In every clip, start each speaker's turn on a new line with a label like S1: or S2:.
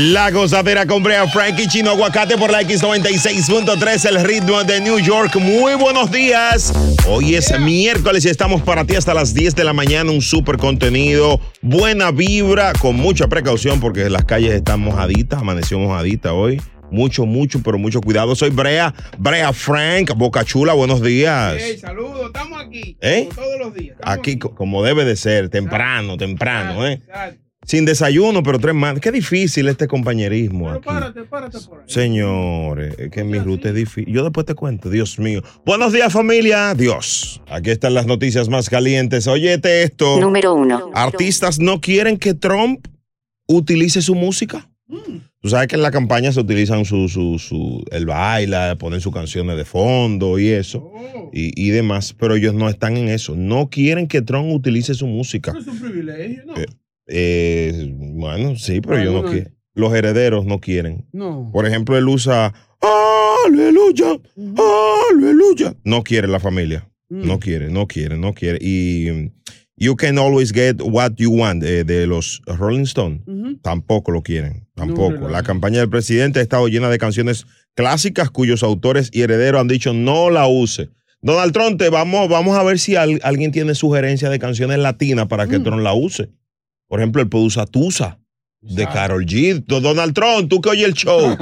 S1: La gozadera con Brea Frank y Chino Aguacate por la X96.3, el ritmo de New York. Muy buenos días. Hoy es miércoles y estamos para ti hasta las 10 de la mañana. Un súper contenido, buena vibra, con mucha precaución porque las calles están mojaditas. Amaneció mojadita hoy. Mucho, mucho, pero mucho cuidado. Soy Brea, Brea Frank, Boca Chula, buenos días.
S2: Hey, saludos, estamos aquí.
S1: ¿Eh?
S2: Como todos los días.
S1: Aquí, co- como debe de ser, temprano, temprano, ¿eh?
S2: Exacto.
S1: Sin desayuno, pero tres más. Qué difícil este compañerismo aquí.
S2: Párate, párate por ahí.
S1: Señores, es que mi ruta es difícil. Yo después te cuento, Dios mío. Buenos días, familia. Dios. Aquí están las noticias más calientes. Óyete esto.
S3: Número uno.
S1: Artistas no quieren que Trump utilice su música. Tú sabes que en la campaña se utilizan su, su, su, el baila, ponen sus canciones de fondo y eso, y, y demás, pero ellos no están en eso. No quieren que Trump utilice su música.
S2: Es un privilegio, ¿no?
S1: Eh, bueno, sí, pero yo no
S2: Algunos.
S1: quiero. Los herederos no quieren.
S2: No.
S1: Por ejemplo, él usa Aleluya, Aleluya. No quiere la familia. No quiere, no quiere, no quiere. Y mm, You Can Always Get What You Want eh, de los Rolling Stones. Tampoco lo quieren, tampoco. la campaña del presidente ha estado llena de canciones clásicas cuyos autores y herederos han dicho no la use. Donald Trump, te vamos, vamos a ver si al- alguien tiene sugerencias de canciones latinas para que Trump la use. Por ejemplo, él puede usar Tusa de Carol G. Do- Donald Trump, tú que oyes el show,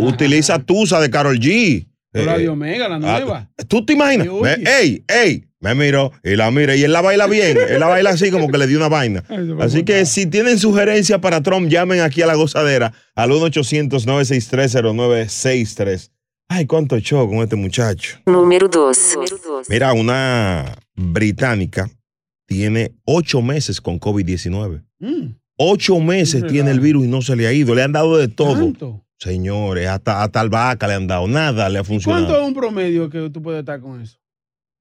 S1: utiliza Tusa de Carol G.
S2: Por la
S1: Eh,
S2: de Omega, la
S1: ah,
S2: nueva.
S1: ¿Tú te imaginas?
S2: Me oye.
S1: Me- ¡Ey, ey! Me miró y la mira. Y él la baila bien. él la baila así como que le dio una vaina. Así que si tienen sugerencias para Trump, llamen aquí a la gozadera al 1-800-963-0963. Ay, cuánto show con este muchacho.
S3: Número dos.
S1: Mira, una británica tiene ocho meses con COVID-19.
S2: Mm.
S1: Ocho meses tiene el virus y no se le ha ido. Le han dado de todo.
S2: ¿Tanto?
S1: Señores, hasta, hasta albahaca le han dado. Nada le ha funcionado.
S2: ¿Cuánto es un promedio que tú puedes estar con eso?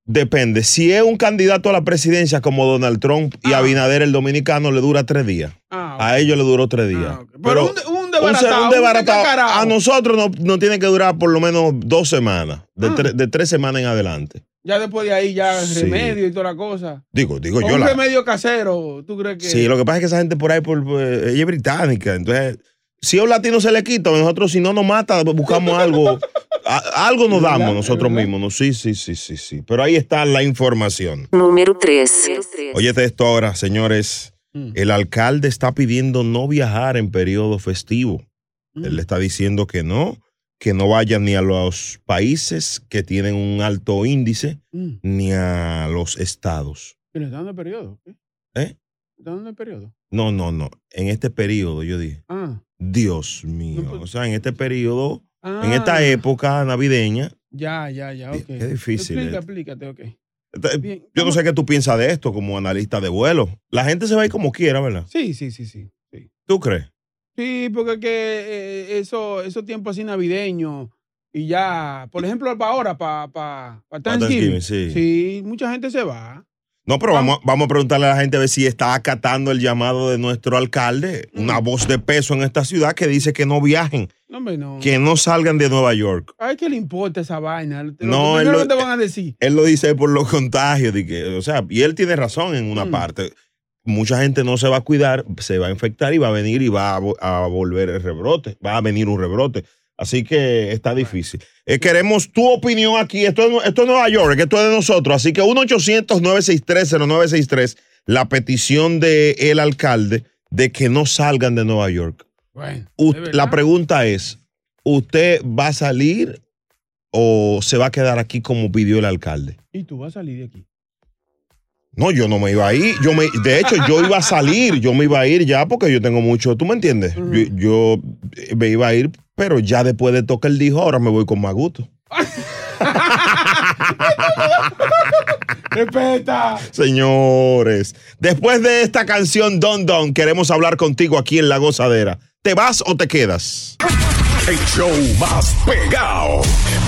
S1: Depende. Si es un candidato a la presidencia como Donald Trump y Abinader, el dominicano, le dura tres días.
S2: Ah,
S1: A ellos le duró tres días.
S2: Pero un de- un
S1: ser-
S2: desbaratado, un
S1: desbaratado.
S2: descacarado.
S1: A nosotros no, no tiene que durar por lo menos dos semanas, de,
S2: Ah.
S1: tre- de tres semanas en adelante.
S2: Ya después de ahí, ya
S1: Sí.
S2: remedio y toda la cosa.
S1: Digo, digo
S2: O
S1: yo.
S2: un
S1: La,
S2: remedio casero, ¿tú crees que?
S1: sí, lo que pasa es que esa gente por ahí, por, por- ella es británica. Entonces, si a un latino se le quita, nosotros si no nos mata, buscamos algo. a- algo nos damos nosotros mismos. ¿no? Sí, sí, sí, sí, sí. Pero ahí está la información.
S3: Número tres.
S1: Óyete esto ahora, señores.
S2: Mm.
S1: El alcalde está pidiendo no viajar en periodo festivo.
S2: Mm.
S1: Él le está diciendo que no, que no vayan ni a los países que tienen un alto índice,
S2: Mm.
S1: ni a los estados.
S2: ¿Que le están dando el periodo? ¿Qué?
S1: ¿Eh?
S2: ¿Le están dando el periodo?
S1: No, no, no. En este periodo, yo dije,
S2: Ah.
S1: Dios mío. O sea, en este periodo, en
S2: Ah.
S1: esta época navideña,
S2: Ya, ya, ya, ok.
S1: qué difícil
S2: Explica,
S1: es.
S2: explícate, ok.
S1: yo no sé qué tú piensas de esto como analista de vuelo. La gente se va a ir como quiera, ¿verdad?
S2: Sí, sí, sí, sí.
S1: ¿Tú crees?
S2: Sí, porque es que eh, eso, esos tiempos así navideños y ya, por ejemplo, para ahora, para, para, para
S1: Para
S2: Thanksgiving.
S1: Thanksgiving, sí.
S2: mucha gente se va.
S1: No, pero vamos, vamos a preguntarle a la gente a ver si está acatando el llamado de nuestro alcalde, una voz de peso en esta ciudad que dice que no viajen,
S2: No, hombre, no.
S1: que no salgan de Nueva York.
S2: Ay, ¿qué le importa esa vaina? Lo-
S1: No,
S2: lo
S1: él
S2: primero
S1: lo-
S2: que te van a decir.
S1: Él lo dice por los contagios, de que, o sea, y él tiene razón en
S2: Mm.
S1: una parte. Mucha gente no se va a cuidar, se va a infectar y va a venir y va a, vo- a volver el rebrote, va a venir un rebrote. Así que está difícil. Eh, queremos tu opinión aquí. Esto es, esto es Nueva York, esto es de nosotros. Así que 1-800-963-0963, la petición del alcalde de que no salgan de Nueva York. Ut- la pregunta es, ¿usted va a salir o se va a quedar aquí como pidió el alcalde?
S2: Y tú vas a salir de aquí.
S1: No, yo no me iba a ir. Yo me, de hecho, yo iba a salir, yo me iba a ir ya porque yo tengo mucho, ¿tú me entiendes? yo, yo me iba a ir, pero ya después de toque él dijo, ahora me voy con más gusto.
S2: Respeta.
S1: Señores, después de esta canción Don Don, queremos hablar contigo aquí en La Gozadera. ¿Te vas o te quedas?
S4: El show más pegado.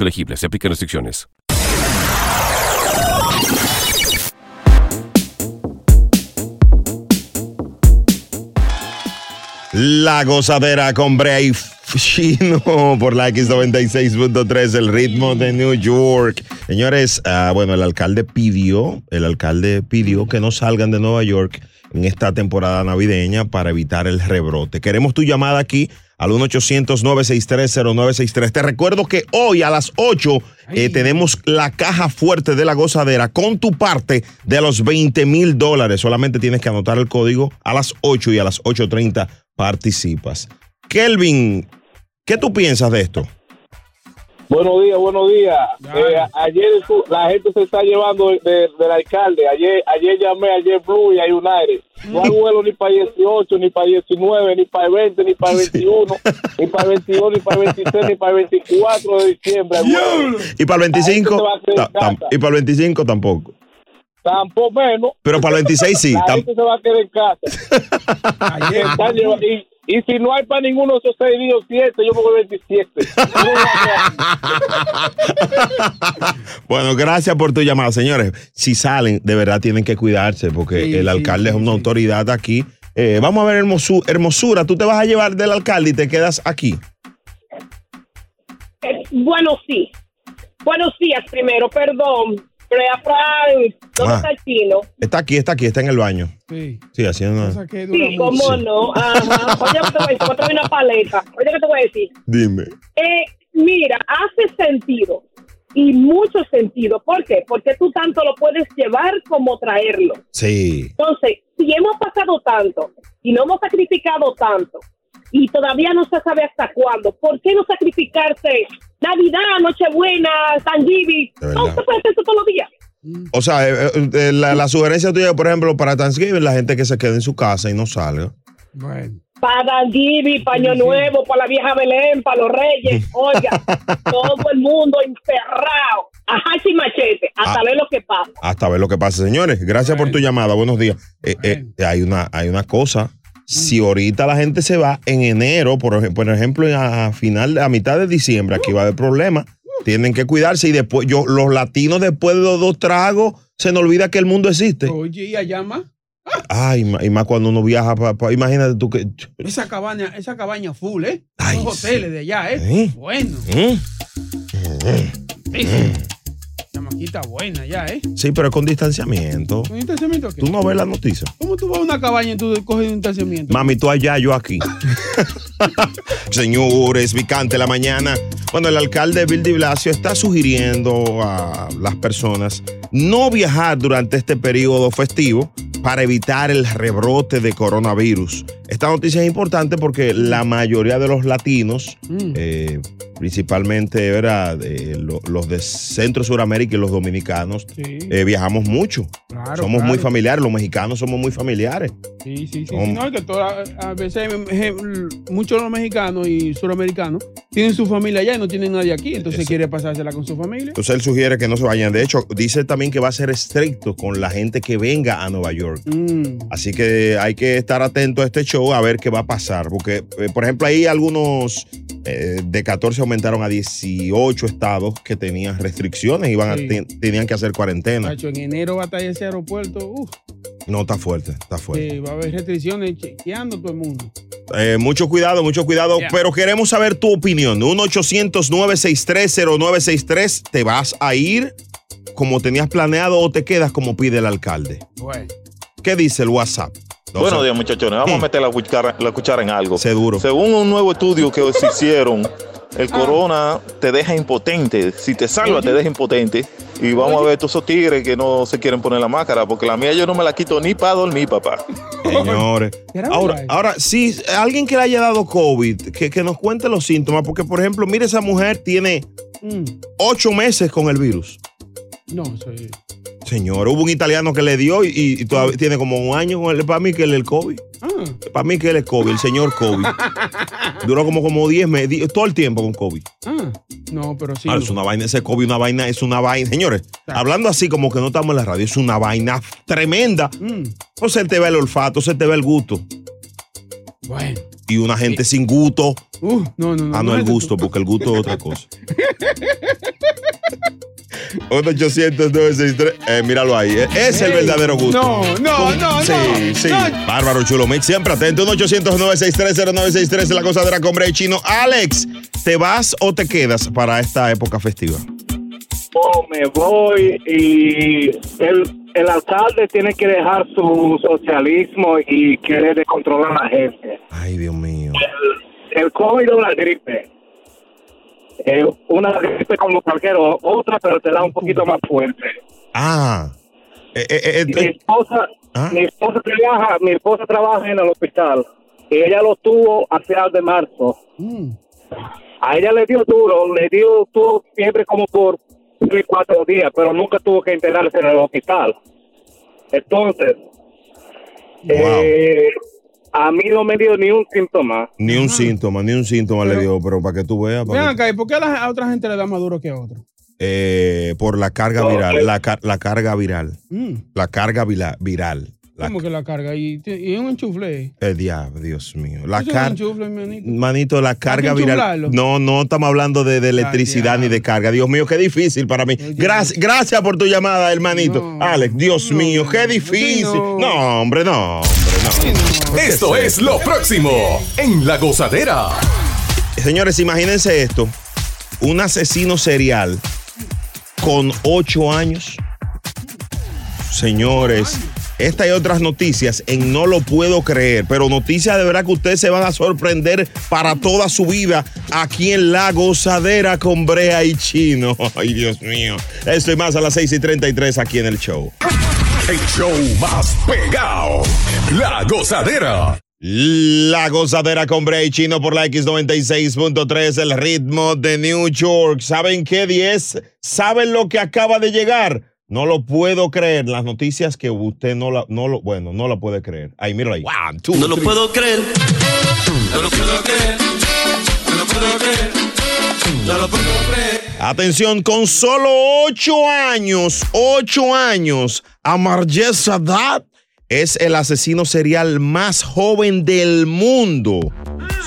S5: elegibles. Se aplican restricciones.
S1: La gozadera con Brea y Chino por la X96.3, el ritmo de New York. Señores, ah, bueno, el alcalde pidió, el alcalde pidió que no salgan de Nueva York en esta temporada navideña para evitar el rebrote. Queremos tu llamada aquí al 1-800-963-0963. Te recuerdo que hoy a las 8 eh, tenemos la caja fuerte de la gozadera con tu parte de los 20 mil dólares. Solamente tienes que anotar el código a las 8 y a las 8.30 participas. Kelvin, ¿qué tú piensas de esto?
S6: Buenos días, buenos días. Eh, ayer estu- la gente se está llevando de- de- del alcalde. Ayer ayer llamé a Jet Blue y a United. No hay vuelo ni para 18, ni para 19, ni para 20, ni para 21, ni para 22, ni para 23, ni para 24 de diciembre. hay vuelo.
S1: Y para el
S6: La gente
S1: 25,
S6: se va a quedar en
S1: ta- tam-
S6: casa.
S1: y para el 25 tampoco.
S6: Tampoco menos.
S1: Pero para el 26 sí,
S6: La
S1: tam-
S6: gente se va a quedar en casa. Se están lleva- y, y si no hay para ninguno de esos 6 días, 7, yo me voy 27.
S1: Bueno, gracias por tu llamada, señores. Si salen, de verdad tienen que cuidarse porque
S2: Sí,
S1: el
S2: sí,
S1: alcalde es una autoridad aquí. Eh, vamos a ver hermosu- hermosura. Tú te vas a llevar del alcalde y te quedas aquí.
S7: Eh, Bueno, sí. Buenos días primero, perdón. Brea Frank, ¿dónde
S1: Ah.
S7: está el chino?
S1: Está aquí, está aquí, está en el baño.
S2: Sí.
S1: Sí, haciendo. una-
S2: Cosa que dura
S7: Sí,
S2: mucho.
S7: cómo no. Ajá. Oye, que te voy a decir, voy a traer una paleta. Oye, que te voy a decir.
S1: Dime.
S7: Eh, mira, hace sentido y mucho sentido. ¿Por qué? Porque tú tanto lo puedes llevar como traerlo.
S1: Sí.
S7: Entonces, si hemos pasado tanto y no hemos sacrificado tanto y todavía no se sabe hasta cuándo, ¿por qué no sacrificarse Navidad, Nochebuena, Thanksgiving?
S1: De verdad.
S7: No, se puede hacer eso todos los días.
S2: Mm.
S1: O sea, eh, eh, eh, la, la sugerencia tuya, por ejemplo, para Thanksgiving, la gente que se quede en su casa y no salga.
S2: Bueno.
S7: Para Thanksgiving, paño nuevo, para la vieja Belén, para los reyes, oiga, todo el mundo encerrado, a hacha y machete, hasta
S1: Ah.
S7: ver lo que pasa.
S1: Hasta ver lo que pasa, señores. Gracias por tu llamada. Buenos días. Eh, eh, hay, una, hay una cosa. Si ahorita la gente se va en enero, por, ej- por ejemplo, a, a final, a mitad de diciembre, aquí va a haber problema. Tienen que cuidarse y después, yo, los latinos después de los dos tragos, se nos olvida que el mundo existe.
S2: Oye, y allá más.
S1: Ay, ma- y más cuando uno viaja, pa- pa- imagínate tú que...
S2: Esa cabaña, esa cabaña full, ¿eh?
S1: Ay,
S2: Los
S1: sí.
S2: hoteles de allá, ¿eh?
S1: Sí.
S2: Bueno,
S1: ¿Mm? ¿Eh?
S2: sí. Chamaquita buena ya, ¿eh?
S1: Sí, pero con distanciamiento.
S2: ¿Un distanciamiento qué?
S1: Tú no ves la noticia.
S2: ¿Cómo tú vas a una cabaña y tú coges un distanciamiento?
S1: Mami, tú allá, yo aquí. Señores, picante la mañana. Bueno, el alcalde Bill de Blasio está sugiriendo a las personas no viajar durante este periodo festivo para evitar el rebrote de coronavirus. Esta noticia es importante porque la mayoría de los latinos,
S2: Mm.
S1: eh, principalmente ¿verdad? Eh, lo- los de Centro Suramérica y los dominicanos,
S2: Sí,
S1: eh, viajamos mucho.
S2: claro,
S1: somos muy
S2: claro.
S1: familiares, los mexicanos somos muy familiares.
S2: Sí, sí, sí. sí.
S1: Hom-
S2: No, es que toda- a veces ejem, muchos de los mexicanos y suramericanos tienen su familia allá y no tienen nadie aquí, entonces
S1: Eso.
S2: quiere pasársela con su familia.
S1: Entonces él sugiere que no se vayan. De hecho, dice también que va a ser estricto con la gente que venga a Nueva York.
S2: Mm.
S1: Así que hay que estar atento a este show a ver qué va a pasar. Porque, eh, por ejemplo, ahí algunos eh, de 14 aumentaron a 18 estados que tenían restricciones y
S2: Sí.
S1: tenían que hacer cuarentena.
S2: Nacho, en enero va a estar ese aeropuerto, uf,
S1: No, está fuerte, está fuerte.
S2: que va a haber restricciones chequeando todo el mundo.
S1: Eh, mucho cuidado, mucho cuidado. Pero queremos saber tu opinión. 1-800-963-0963. ¿Te vas a ir como tenías planeado o te quedas como pide el alcalde?
S2: Bueno.
S1: ¿Qué dice el WhatsApp?
S8: Buenos días, muchachones. Vamos a meter la cuchara, la cuchara en algo.
S1: Seguro.
S8: Según un nuevo estudio que se hicieron, el corona te deja impotente. Si te salva, te deja impotente. Y vamos a ver todos esos tigres que no se quieren poner la máscara, porque la mía yo no me la quito ni para dormir, papá.
S1: Señores. Ahora, ahora, si alguien que le haya dado COVID, que, que nos cuente los síntomas, porque por ejemplo, mire, esa mujer tiene ocho meses con el virus.
S2: No, soy.
S1: Señor, hubo un italiano que le dio y, y todavía tiene como un año con él. Para mí que él es el COVID.
S2: ah,
S1: Para mí que él es COVID, el señor COVID. Duró como, como 10 meses, di- todo el tiempo con COVID.
S2: Ah, no, pero sí.
S1: Ahora, es una vaina, ese COVID, una vaina, es una vaina. Señores, hablando así como que no estamos en la radio, es una vaina tremenda.
S2: Mm.
S1: No se te ve el olfato, se te ve el gusto.
S2: Bueno.
S1: Y una gente sin gusto.
S2: Uh, no, no, no.
S1: ah, no, el gusto, porque el gusto es otra cosa. 1-800-963. Eh, míralo ahí. eh. Es el
S2: Ey,
S1: verdadero gusto.
S2: no, no,
S1: Con-
S2: no,
S1: Sí,
S2: no,
S1: sí.
S2: no.
S1: Bárbaro Chulo Mix, siempre atento. 1-800-963-0963. La cosa de la compra de chino. Alex, ¿te vas o te quedas para esta época festiva?
S6: Yo Oh, me voy y el, el alcalde tiene que dejar su socialismo y querer de controlar a la gente.
S1: Ay, Dios mío.
S6: El COVID es una gripe. Eh, una gripe como cualquier o- otra, pero te da un poquito más fuerte.
S1: Ah. Eh, eh, eh, Ah.
S6: Mi esposa, mi esposa trabaja, mi esposa trabaja en el hospital y ella lo tuvo a final de marzo.
S1: Mm.
S6: A ella le dio duro, le dio tuvo siempre como por tres, cuatro días, pero nunca tuvo que internarse en el hospital. Entonces, eh, a mí no me dio ni un síntoma.
S1: ni un síntoma, ni un síntoma le dio, pero para que tú veas. para
S2: Ven
S1: que-
S2: acá, ¿y por qué a, la- a otra gente le da más duro que a otra?
S1: eh, por la carga viral. La, car- la carga viral.
S2: Mm,
S1: La carga vila- viral.
S2: ¿Cómo que la carga? Y, te- y es un enchufle.
S1: El diablo, Dios mío. La
S2: Eso es un
S1: carga.
S2: enchufle, mi manito.
S1: Manito, la carga viral.
S2: enchuflarlo.
S1: No, no estamos hablando de, de electricidad ni de carga. Dios mío, qué difícil para mí. Gracias, gracias por tu llamada, hermanito. Alex, Dios mío, qué difícil. No. hombre, no, hombre, no.
S4: Esto es lo próximo en La Gozadera.
S1: Señores, imagínense esto. Un asesino serial con ocho años. Señores, esta y otras noticias en No Lo Puedo Creer, pero noticias de verdad que ustedes se van a sorprender para toda su vida aquí en La Gozadera con Brea y Chino. Ay, Dios mío. Esto y más a las 6 y 33 aquí en el show.
S4: El show más pegado. La Gozadera.
S1: La gozadera con Bray Chino por la X96.3, el ritmo de New York. ¿Saben qué 10? ¿Saben lo que acaba de llegar? No lo puedo creer. Las noticias que usted no la, no lo, bueno, no la puede creer. Ahí, míralo ahí.
S9: No lo puedo creer. No lo puedo creer. No lo puedo creer. No lo puedo creer.
S1: Atención, con solo ocho años, ocho años, Amarje Sadat es el asesino serial más joven del mundo.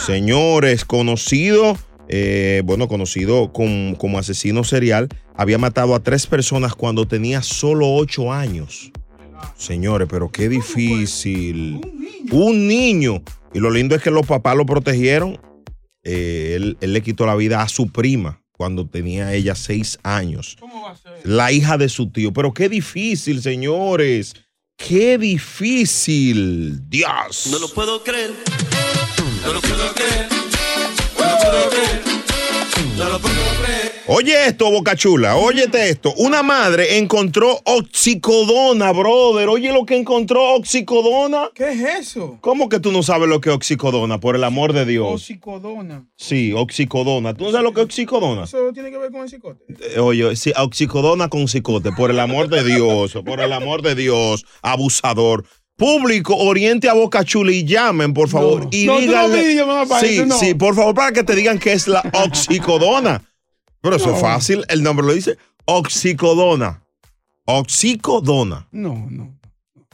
S1: Señores, conocido, eh, bueno, conocido com- como asesino serial, había matado a tres personas cuando tenía solo ocho años. Señores, pero qué difícil. Un niño. Y lo lindo es que los papás lo protegieron eh, él, él le quitó la vida a su prima cuando tenía ella seis años. La hija de su tío. Pero qué difícil, señores. Qué difícil. Dios.
S9: No lo puedo creer. No lo puedo creer. No lo puedo creer. No lo puedo creer.
S1: Oye esto, Bocachula. Óyete esto. Una madre encontró oxicodona, brother. Oye lo que encontró oxicodona.
S2: ¿Qué es eso?
S1: ¿Cómo que tú no sabes lo que es oxicodona? Por el amor de Dios.
S2: Psicodona.
S1: Sí, oxicodona. ¿Tú no sabes lo que es oxicodona?
S2: Eso tiene que ver con el psicote.
S1: Eh, Oye, sí, oxicodona con cicote, por el amor de Dios, por el amor de Dios, abusador. Público, oriente a Boca Chula y llamen, por favor.
S2: No.
S1: y
S2: No, tú no
S1: díganle-
S2: pides llamada para
S1: sí,
S2: eso, no.
S1: sí, por favor, para que te digan que es la oxicodona. Pero eso es
S2: No.
S1: fácil, el nombre lo dice. Oxicodona. Oxicodona.
S2: No, no.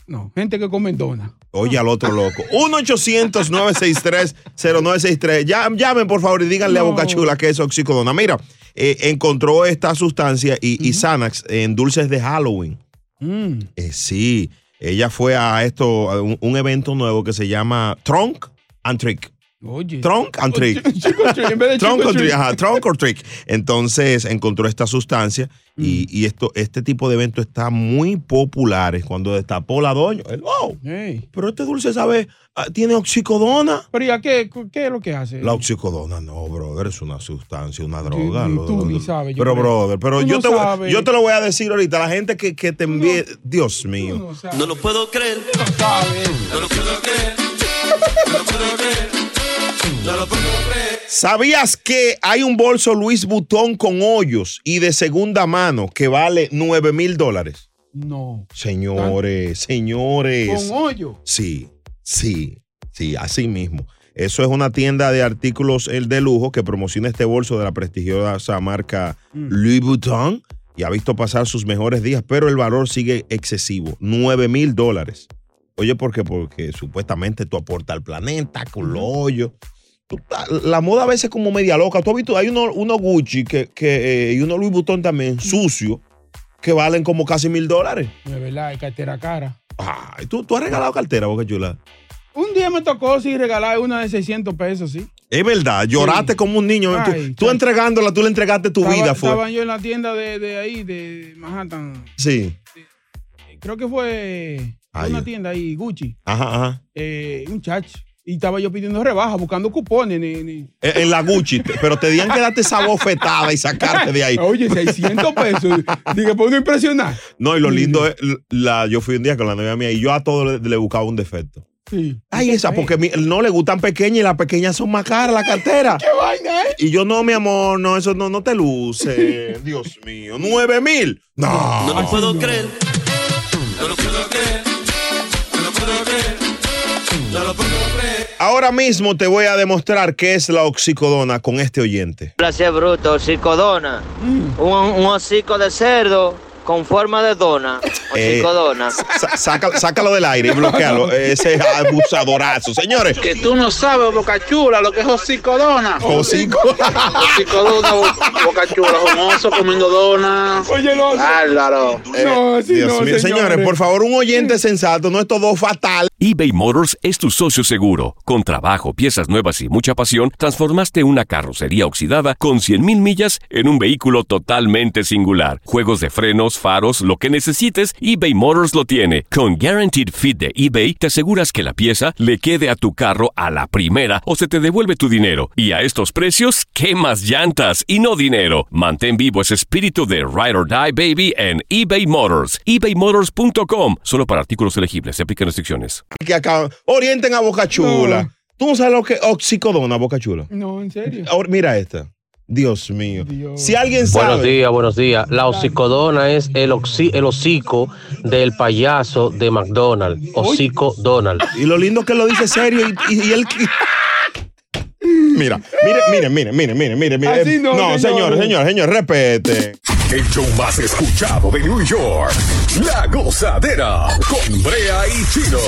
S2: No, gente que come dona.
S1: Oye al otro loco. 1-800-963-0963. Ya- Llamen, por favor, y díganle a Boca Chula que es oxicodona. Mira, eh, encontró esta sustancia y, y Xanax en dulces de Halloween.
S2: Mm.
S1: Eh, sí, ella fue a esto, a un, un evento nuevo que se llama Trunk and trick.
S2: Oye.
S1: Trunk and trick.
S2: Oh, Chico Chuy, en vez de
S1: Trunk
S2: Chico
S1: or
S2: Chuy.
S1: trick, ajá, trunk or trick. Entonces encontró esta sustancia
S2: Mm.
S1: y, y esto, este tipo de eventos está muy populares. Cuando destapó la doña, él, wow,
S2: Ey.
S1: pero este dulce sabe, ah, tiene oxicodona.
S2: Pero ¿y a qué, cu- qué es lo que hace?
S1: La oxicodona, no, brother, es una sustancia, una droga.
S2: ni
S1: lo-
S2: tú
S1: lo-
S2: ni sabes, yo
S1: pero,
S2: creo.
S1: brother, pero
S2: Tú
S1: yo,
S2: no
S1: te voy-
S2: sabes.
S1: yo te lo voy a decir ahorita. La gente que, que te envíe, Dios mío.
S9: No lo puedo creer. No lo puedo creer. No lo puedo creer. No lo puedo creer.
S1: ¿Sabías que hay un bolso Luis Butón con hoyos y de segunda mano que vale 9 mil dólares?
S2: No.
S1: Señores, señores.
S2: Con hoyo.
S1: Sí, sí, sí, así mismo. Eso es una tienda de artículos el de lujo que promociona este bolso de la prestigiosa marca Louis Vuitton y ha visto pasar sus mejores días, pero el valor sigue excesivo, 9 mil dólares. Oye, ¿por qué? Porque supuestamente tú aportas al planeta con los hoyos. Tú ta- La moda a veces es como media loca. Tú has visto, hay unos uno Gucci que, que, eh, y unos Louis Vuitton también sucio que valen como casi mil dólares.
S2: De verdad, de cartera cara.
S1: Ay, ¿tú, tú has regalado cartera, Boca Chula.
S2: Un día me tocó sí regalar una de 600 pesos, sí.
S1: Es verdad, lloraste como un niño. Tú-
S2: Ay,
S1: tú, entregándola, tú le entregaste tu
S2: Estaba-
S1: vida. Fue.
S2: Estaba yo en la tienda de, de ahí, de Manhattan.
S1: Sí.
S2: Creo que fue
S1: Ay,
S2: una
S1: yo-
S2: tienda ahí, Gucci.
S1: Ajá, ajá.
S2: Eh, un chach. Y estaba yo pidiendo rebaja, buscando cupones. ni- ni-
S1: Eh, En en la Gucci. te- pero te dían que darte esa bofetada y sacarte de ahí.
S2: Oye, 600 pesos. Dije, pues no impresionar.
S1: No, y lo lindo es, la, yo fui un día con la novia mía y yo a todo le, le buscaba un defecto.
S2: Sí.
S1: Ay, esa, porque mi- no le gustan pequeñas y las pequeñas son más caras, la cartera.
S2: ¿Qué vaina eh?
S1: Y yo, no, mi amor, no, eso no, no te luce. Dios mío, nueve mil. No.
S9: No lo puedo creer. No lo puedo creer. No lo puedo creer. No lo puedo creer.
S1: Ahora mismo te voy a demostrar qué es la oxicodona con este oyente.
S10: Placer bruto, circodona. Un, un hocico de cerdo con forma de dona.
S1: Eh,
S10: Oxicodona.
S1: Sa- saca- sácalo del aire y bloquealo. Ese es abusadorazo. Señores,
S11: Que tú no sabes, Bocachula, lo que es hocicodona.
S1: hocico.
S11: Hocicodona, bo- Bocachula, famoso comiendo dona.
S2: Oye, no.
S11: Álvaro. eh.
S2: no, sí,
S1: Eh, Dios
S2: no,
S1: mío. Señores, por favor, un oyente sensato, no estos dos fatales.
S5: eBay Motors es tu socio seguro. Con trabajo, piezas nuevas y mucha pasión, transformaste una carrocería oxidada con 100.000 millas en un vehículo totalmente singular. Juegos de frenos, faros, lo que necesites, eBay Motors lo tiene. Con Guaranteed Fit de eBay, te aseguras que la pieza le quede a tu carro a la primera o se te devuelve tu dinero. Y a estos precios, ¿qué más llantas y no dinero? Mantén vivo ese espíritu de Ride or Die Baby en eBay Motors. ebaymotors.com. Solo para artículos elegibles. Se aplican restricciones.
S1: que acá orienten a Boca Chula. Tú no sabes lo que es oxicodona, Boca Chula.
S2: No, en serio.
S1: Ahora, mira esta. Dios mío.
S2: Dios.
S1: Si alguien
S12: Buenos
S1: sabe.
S12: días, buenos días. La oxicodona es el, oxi- el hocico del payaso de McDonald's. Hocico Donald.
S1: Y lo lindo que lo dice serio y, y- y él. Mira, mire, mire, mire, mire, mire, mire,
S2: Así
S1: mire.
S2: no,
S1: No,
S2: señor.
S1: señor, señor, señor, respete.
S4: El show más escuchado de New York. La gozadera con Brea y Chino.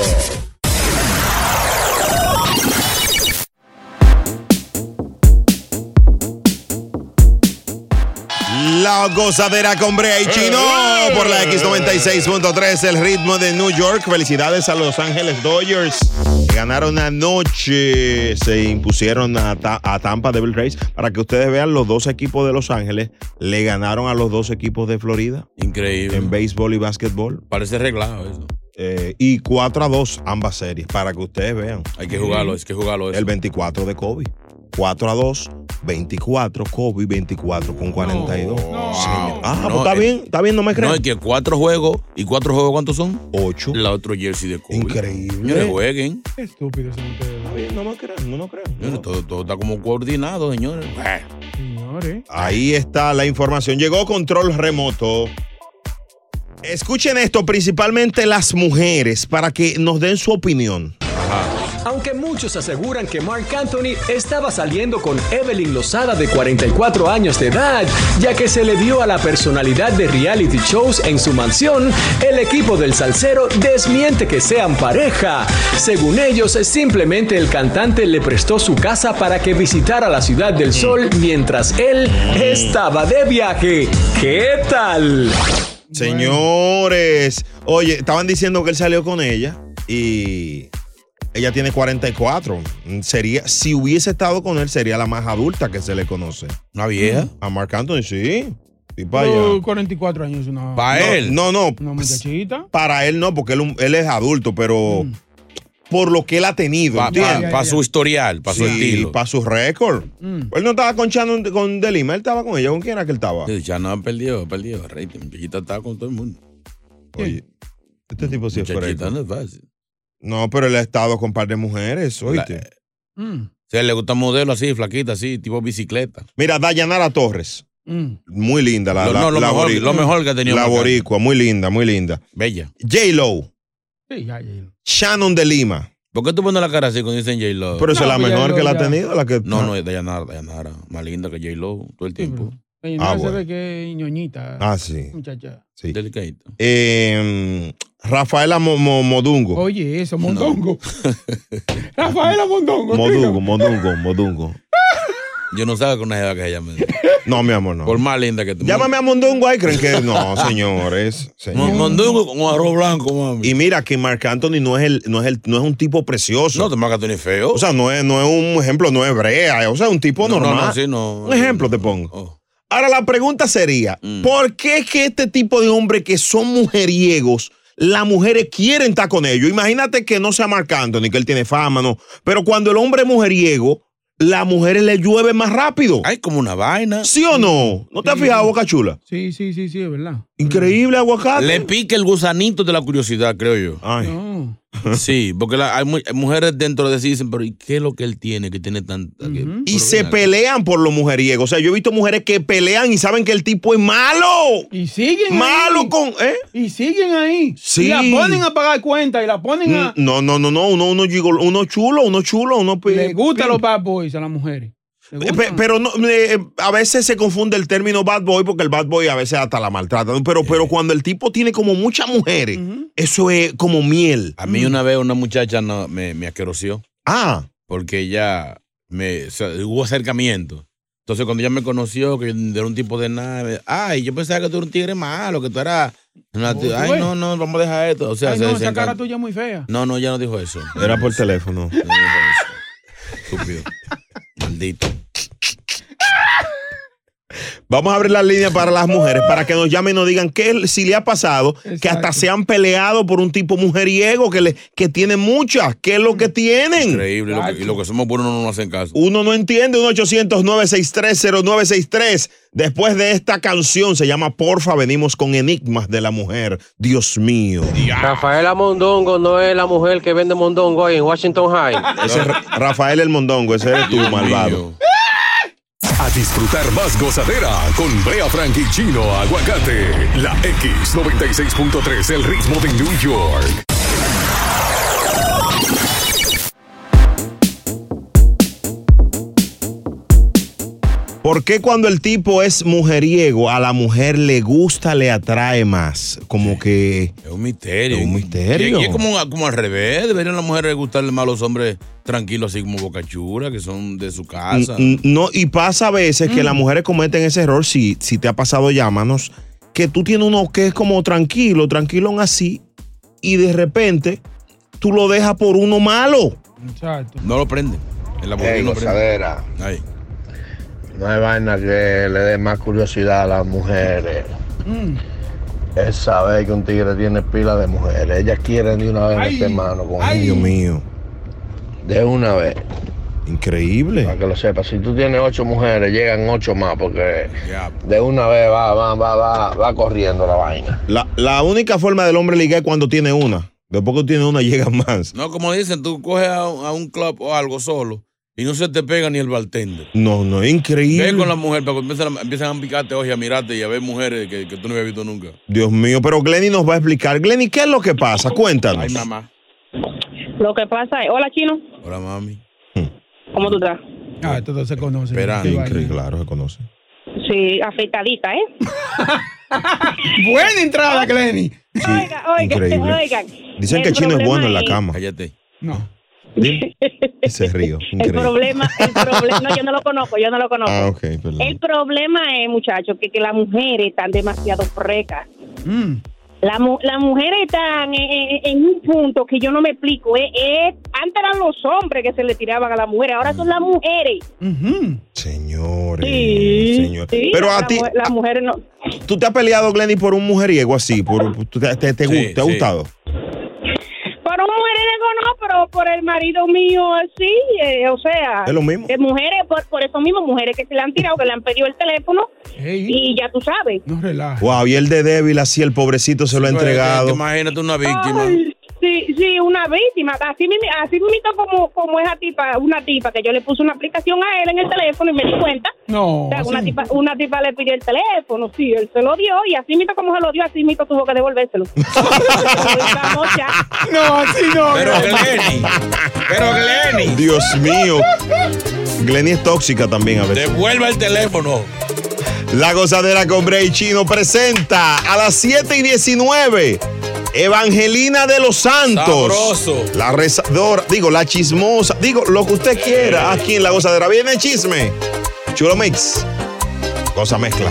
S1: La gozadera con Brea
S13: Eh,
S1: y Chino por la X96.3, el ritmo de New York. Felicidades a Los Ángeles Dodgers. que Ganaron anoche, se impusieron a, Ta- a Tampa Devil Rays. Para que ustedes vean, los dos equipos de Los Ángeles le ganaron a los dos equipos de Florida
S13: Increíble.
S1: en béisbol y básquetbol.
S13: Parece reglado eso.
S1: Eh, y 4 a 2 ambas series, para que ustedes vean.
S13: Hay que jugarlo, hay que jugarlo eso.
S1: El 24 de Kobe. 4 a 2, 24, Kobe 24 con 42. Señor. Ah,
S13: No,
S1: pues está
S13: el-
S1: bien, está bien, no me
S13: No,
S1: crean.
S13: es que cuatro juegos. ¿Y cuatro juegos cuántos son?
S1: Ocho.
S13: La otro jersey de Kobe.
S1: Increíble.
S13: Señores, jueguen.
S2: Qué estúpido son
S1: Está
S2: ustedes.
S1: bien, no me crean, no me crean.
S13: Señores, todo, todo está como coordinado, señores.
S1: eh.
S2: Señores.
S1: Ahí está la información. Llegó control remoto. Escuchen esto, principalmente las mujeres, para que nos den su opinión.
S14: Aunque muchos aseguran que Mark Anthony estaba saliendo con Evelyn Lozada de 44 años de edad, ya que se le dio a la personalidad de reality shows en su mansión, el equipo del salsero desmiente que sean pareja. Según ellos, simplemente el cantante le prestó su casa para que visitara la ciudad del sol mientras él estaba de viaje. ¿Qué tal?
S1: Señores, oye, estaban diciendo que él salió con ella y Ella tiene 44. Mm, Sería, si hubiese estado con él, sería la más adulta que se le conoce.
S13: ¿Una vieja?
S1: A Marc Anthony, sí. Y para
S2: Pero
S1: allá.
S2: 44 años, no.
S1: No, No, no.
S2: Una muchachita. Mm.
S1: Para él no, porque él, él es adulto, pero por lo que él ha tenido.
S13: Para
S1: ¿entiendes?
S13: su historial, para su
S1: Sí,
S13: estilo.
S1: Para su récord.
S2: Mm.
S1: Él no estaba con Shannon con De Lima, él estaba con ella. ¿Con quién era que él estaba?
S13: Sí, Ya no han perdido, han perdido. el rating. Chiquita está con todo el mundo.
S1: Oye, este tipo sí es
S13: Chiquita
S1: correcto.
S13: no es fácil.
S1: No, pero él ha estado con par de mujeres, oíste.
S13: Se eh, le gusta modelo así, flaquita así, tipo bicicleta.
S1: Mira, Dayanara Torres.
S2: Mm.
S1: Muy linda la,
S13: Lo-
S1: la-
S13: no, lo
S1: la
S13: mejor-
S1: boricua.
S13: lo mejor que ha tenido
S1: La
S13: Marc Anthony.
S1: boricua, muy linda, muy linda.
S13: Bella.
S1: J-Lo, Shannon de Lima.
S13: ¿Por qué tú pones la cara así cuando dicen J-Lo?
S1: Pero esa es la
S2: pues
S1: mejor que la ha tenido. La que,
S13: No, no, es Dayanara, Dayanara. Más linda que J-Lo todo el tiempo.
S2: Oye,
S1: Ah,
S2: no se
S1: bueno.
S2: ve que es ñoñita.
S1: Ah, sí.
S2: Muchacha.
S1: Sí.
S13: Delicadito.
S1: Eh, Rafaela Mo- Mo- Modungo.
S2: Oye, eso, mondongo. Rafaela Mondongo.
S1: Modungo, Modungo, Modungo.
S13: Yo no sabía que una jeva que se llame.
S1: No, mi amor, no.
S13: Por más linda que tú.
S1: Llámame a Mondongo ahí, creen que no, señores.
S13: Mondongo con arroz blanco, mami.
S1: Y mira que Marc Anthony no es el, no es el, no es un tipo precioso.
S13: No, Marc Anthony es feo.
S1: O sea, no es, no es un ejemplo, no es brea, eh, o sea, es un tipo
S13: No, no,
S1: normal.
S13: no, sí, no.
S1: Un ejemplo te pongo. Ahora la pregunta sería,
S13: Mm.
S1: ¿por qué es que este tipo de hombres que son mujeriegos, las mujeres quieren estar con ellos? Imagínate que no sea Marc Anthony, que él tiene fama, no. Pero cuando el hombre es mujeriego, las mujeres le llueve más rápido.
S13: Hay como una vaina. Mm.
S1: ¿Sí o no? ¿No te has
S2: Sí.
S1: fijado, Boca Chula?
S2: Sí, sí, sí, sí, es verdad.
S1: Increíble aguacate.
S13: Le pica el gusanito de la curiosidad, creo yo.
S2: No.
S13: Sí, porque la- hay, mu- hay mujeres dentro de sí dicen, pero ¿y qué es lo que él tiene que tiene tanta? que-
S1: Y se pelean por los mujeriegos. O sea, yo he visto mujeres que pelean y saben que el tipo es malo.
S2: Y siguen
S1: Malo
S2: ahí.
S1: con. ¿eh?
S2: Y siguen ahí.
S1: Sí.
S2: Y la ponen a pagar cuenta y la ponen a.
S1: No, no, no, no. Uno, uno, gigolo- uno chulo, uno chulo, uno. pi-
S2: Le gustan los bad boys a las mujeres. Le
S1: Eh,
S2: gustan.
S1: pe- Pero no, eh, a veces se confunde el término bad boy porque el bad boy a veces hasta la maltrata. Pero, pero cuando el tipo tiene como muchas mujeres, eso es como miel.
S13: A mí una vez una muchacha no- me, me asquerosió.
S1: Ah.
S13: Porque ella me o sea, hubo acercamiento. Entonces cuando ella me conoció, que yo era un tipo de nada, me- ay, yo pensaba que tú eras un tigre malo, que tú eras... una ti-
S2: Oh,
S13: ay,
S2: güey.
S13: no, no, vamos a dejar esto. O sea,
S2: Ay,
S13: se
S2: no, esa
S13: desencan-
S2: cara tuya es muy fea.
S13: no, no, ella no dijo eso.
S1: Era por teléfono.
S13: No dijo eso. Estúpido. Maldito.
S1: Vamos a abrir la línea para las mujeres para que nos llamen y nos digan qué si le ha pasado, que hasta se han peleado por un tipo mujeriego que, le, que tiene muchas. ¿Qué es lo que tienen?
S13: Increíble. lo que- y lo que somos buenos no nos hacen caso.
S1: Uno no entiende, 1-800-963-0963. Después de esta canción se llama Porfa, venimos con Enigmas de la Mujer. Dios mío.
S12: Rafaela Mondongo no es la mujer que vende Mondongo ahí en Washington High.
S1: Ese es Ra- Rafael el Mondongo, ese eres tú, malvado.
S4: A disfrutar más gozadera con Brea Frank y Chino Aguacate. La X96.3, el ritmo de New York.
S1: ¿Por qué cuando el tipo es mujeriego, a la mujer le gusta, le atrae más? Como que...
S13: Es un misterio. un
S1: misterio.
S13: Y, es como, como al revés. Deberían las mujeres gustarle más a los hombres tranquilos, así como bocachura, que son de su casa.
S1: N- No, y pasa a veces que las
S13: Mm.
S1: mujeres cometen ese error, si, si te ha pasado, llámanos, que tú tienes uno que es como tranquilo, tranquilón así, y de repente tú lo dejas por uno malo.
S2: Exacto.
S13: No lo prende. En la
S15: Ey,
S13: no prende.
S15: gozadera.
S13: Ahí.
S15: No hay vaina que le dé más curiosidad a las mujeres.
S1: Mm.
S15: Es saber que un tigre tiene pila de mujeres. Ellas quieren de una vez
S1: Ay,
S15: meter mano con
S1: ay.
S15: él.
S1: Dios mío.
S15: De una vez.
S1: Increíble.
S15: Para que lo sepas, si tú tienes ocho mujeres, llegan ocho más, porque
S1: pues.
S15: de una vez va, va, va, va, va corriendo la vaina.
S1: La, la única forma del hombre ligar es cuando tiene una. Después que tiene una, llega más.
S13: No, como dicen, tú coges a, un- a un club o algo solo y no se te pega ni el bartender.
S1: No, no, es increíble.
S13: Ve con la mujer, para que empiezan a, empiezan a picarte hoy, a mirarte y a ver mujeres que, que tú no habías visto nunca.
S1: Dios mío, pero Glenny nos va a explicar. Glenny, ¿qué es lo que pasa? Cuéntanos.
S13: Ay, mamá.
S7: Lo que pasa es, hola chino,
S13: Hola, mami.
S7: ¿cómo tú estás?
S2: Ah, esto se conoce.
S13: Esperando.
S1: Increíble, claro, se conoce.
S7: Sí, afeitadita, ¿eh?
S2: Buena entrada,
S1: Ah.
S2: Glenny.
S7: Oigan, oigan,
S1: increíble.
S7: oigan.
S1: Dicen que el
S7: El
S1: chino es
S7: problema
S1: bueno en la cama.
S13: Cállate.
S2: No.
S1: Ese río.
S7: El
S1: Increíble.
S7: problema, el problema, no, yo no lo conozco, yo no lo conozco.
S1: Ah, ok, perdón.
S9: Mm.
S7: El problema es, muchachos, que, que las mujeres están demasiado frecas. La, mu- las mujeres están en, en- en un punto que yo no me explico. eh, eh, antes eran los hombres que se le tiraban a las mujeres, ahora son las mujeres.
S1: Señores.
S7: Sí,
S1: señor.
S7: sí,
S1: Pero a
S7: las
S1: ti,
S7: mu- Las mujeres no.
S1: ¿tú te has peleado, Glenny, por un mujeriego así? Por, por- ¿Te, te- te gu-
S13: Sí,
S1: te ha
S13: sí.
S1: gustado?
S7: Por un mujeriego no, pero por el marido mío sí, eh, o sea.
S1: Es lo mismo.
S7: De mujeres, por, por eso mismo, mujeres que se le han tirado, que le han pedido el teléfono y ya tú sabes.
S2: No relaja.
S1: Wow, y el de débil así, el pobrecito se lo ha entregado.
S13: Imagínate una víctima.
S7: Sí, sí, una víctima. Así mismo, así mismito como, como esa tipa, una tipa que yo le puse una aplicación a él en el teléfono y me di cuenta.
S2: No.
S7: O sea, una, tipa, una tipa le pidió el teléfono, sí, él se lo dio y así mismo como se lo dio, así mismo tuvo que devolvérselo.
S2: no, así no.
S1: Pero Glenny. Pero Glenny. Dios mío. Glenny es tóxica también a veces.
S13: Devuelva el teléfono.
S1: La gozadera con Bray Chino presenta a las 7 y 19 Evangelina de los Santos.
S13: Sabroso.
S1: La rezadora, digo, la chismosa, digo, lo que usted quiera aquí en la gozadera. Viene el chisme. Chulo Mix. Cosa mezcla.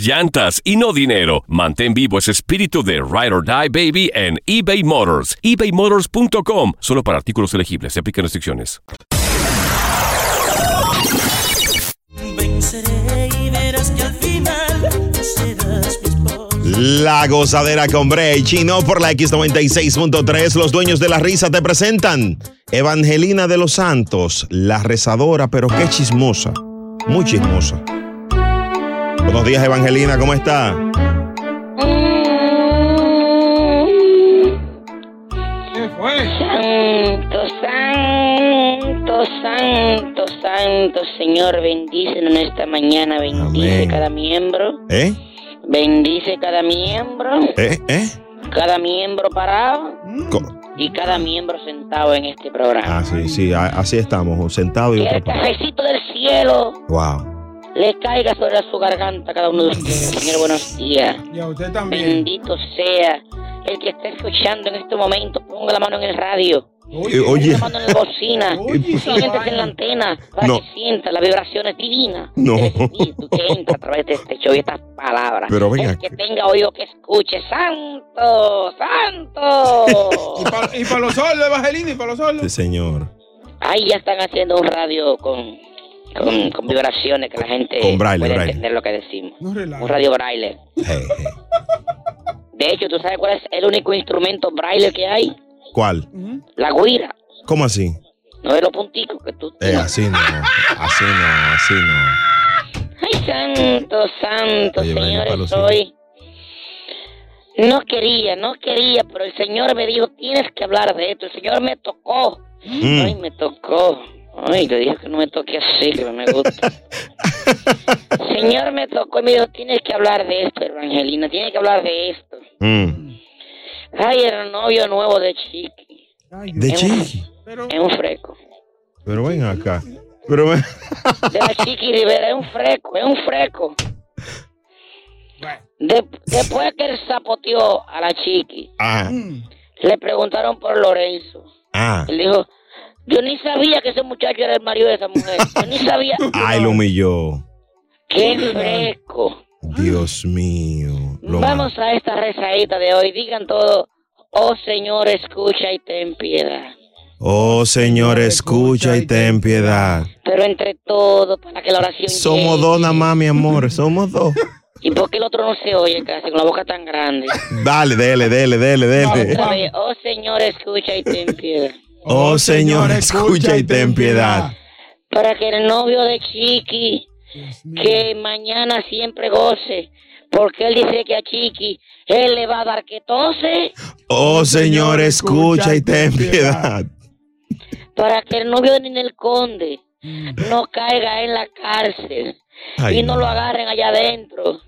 S5: llantas y no dinero? Mantén vivo ese espíritu de Ride or Die Baby en eBay Motors. ebaymotors.com. Solo para artículos elegibles. Se aplican restricciones.
S9: Venceré y verás que al final tú serás mi
S1: La gozadera con Bray Chino por la X96.3. Los dueños de la risa te presentan Evangelina de los Santos, la rezadora, pero qué chismosa. Muy chismosa. Buenos días, Evangelina, ¿cómo está?
S16: Santo, santo, santo, santo, Señor, bendice en esta mañana, bendice cada miembro,
S1: ¿Eh?
S16: bendice cada miembro,
S1: ¿Eh? ¿Eh?
S16: cada miembro parado
S1: Co-
S16: y cada miembro sentado en este programa.
S1: Ah, sí, sí, a- así estamos, sentados y
S16: Que
S1: otro
S16: el
S1: para.
S16: cafecito del cielo
S1: Wow.
S16: le caiga sobre su garganta a cada uno de ustedes, Señor, buenos días.
S2: Y a usted también.
S16: Bendito sea el que esté escuchando en este momento, ponga la mano en el radio.
S1: Eh, oye.
S16: Ponga la mano en la bocina, siéntese en la antena para
S1: No. Oh,
S16: que sienta las vibraciones divinas
S1: No.
S16: que entra a través de este show y estas palabras.
S1: Pero ven
S16: el
S1: acá.
S16: que tenga oído que escuche, santo, santo.
S2: Y para los solos, Evangelina, y para los solos.
S1: Sí, señor.
S16: Ahí ya están haciendo un radio con, con, con vibraciones que la gente
S1: Con braille,
S16: puede
S1: braille.
S16: entender lo que decimos.
S2: No relaja.
S16: Un radio braille. De hecho, ¿tú sabes cuál es el único instrumento braille que hay?
S1: ¿Cuál?
S16: La guira.
S1: ¿Cómo así?
S16: No de los punticos que tú...
S1: Eh, así no, así no, así no.
S16: ¡Ay, santo, santo,
S1: Oye, Brian,
S16: señores,
S1: Palocino.
S16: soy... No quería, no quería, pero el Señor me dijo, tienes que hablar de esto. El Señor me tocó.
S9: Mm.
S16: Ay, me tocó. Ay, yo dije que no me toque así, que no me gusta. El Señor me tocó y me dijo, tienes que hablar de esto, Evangelina, tienes que hablar de esto. Ay, el novio nuevo de Chiqui.
S1: De Chiqui.
S16: Es un freco.
S1: Pero ven acá. Pero ven.
S16: De la Chiqui Rivera, es un freco, es un freco. De- después que él zapoteó a la Chiqui,
S1: Ah,
S16: le preguntaron por Lorenzo.
S1: ah.
S16: Él dijo, yo ni sabía que ese muchacho era el marido de esa mujer. Yo ni sabía.
S1: Ay, lo humilló.
S16: ¡Qué
S1: Oh.
S16: fresco!
S1: Dios mío. Lo
S16: Vamos a esta rezadita de hoy. Digan todo. Oh Señor, escucha y ten piedad.
S1: Oh Señor, escucha y ten piedad.
S16: Pero entre todo, para que la oración llegue.
S1: Somos dos nada más, mi amor. Somos dos.
S16: ¿Y por qué el otro no se oye casi con la boca tan grande?
S1: Dale, dele, dele, dele, dele.
S16: Otra vez, Oh Señor, escucha y ten piedad.
S1: Oh Señor, escucha y ten piedad.
S16: Para que el novio de Chiqui, que mañana siempre goce, porque él dice que a Chiqui, él le va a dar que tose.
S1: Oh Señor, escucha y ten piedad.
S16: para que el novio de Ninel Conde no caiga en la cárcel
S1: Ay,
S16: y no lo agarren allá adentro.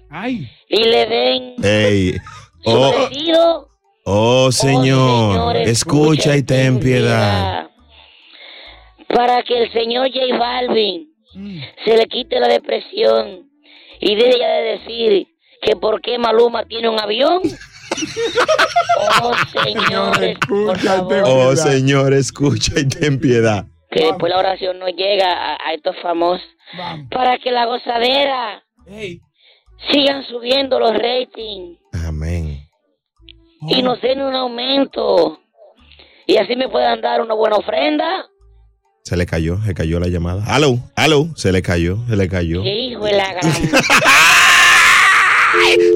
S16: Y le den
S1: Ey.
S16: su
S1: Oh,
S16: debido
S1: oh, señor,
S16: Señor,
S1: escucha y ten piedad.
S16: para que el señor J Balvin se le quite la depresión y deje ya de decir que por qué Maluma tiene un avión. oh, señores, por favor.
S1: Oh, señor, escucha y ten piedad.
S16: que después la oración no llega a, a estos famosos. Para que la gozadera sigan subiendo los ratings. Amén. Y nos den un aumento. Y así me puedan dar una buena ofrenda.
S1: Se le cayó, se cayó la llamada. Aló, aló, se le cayó, se le cayó.
S16: ¡Qué hijo de la gran!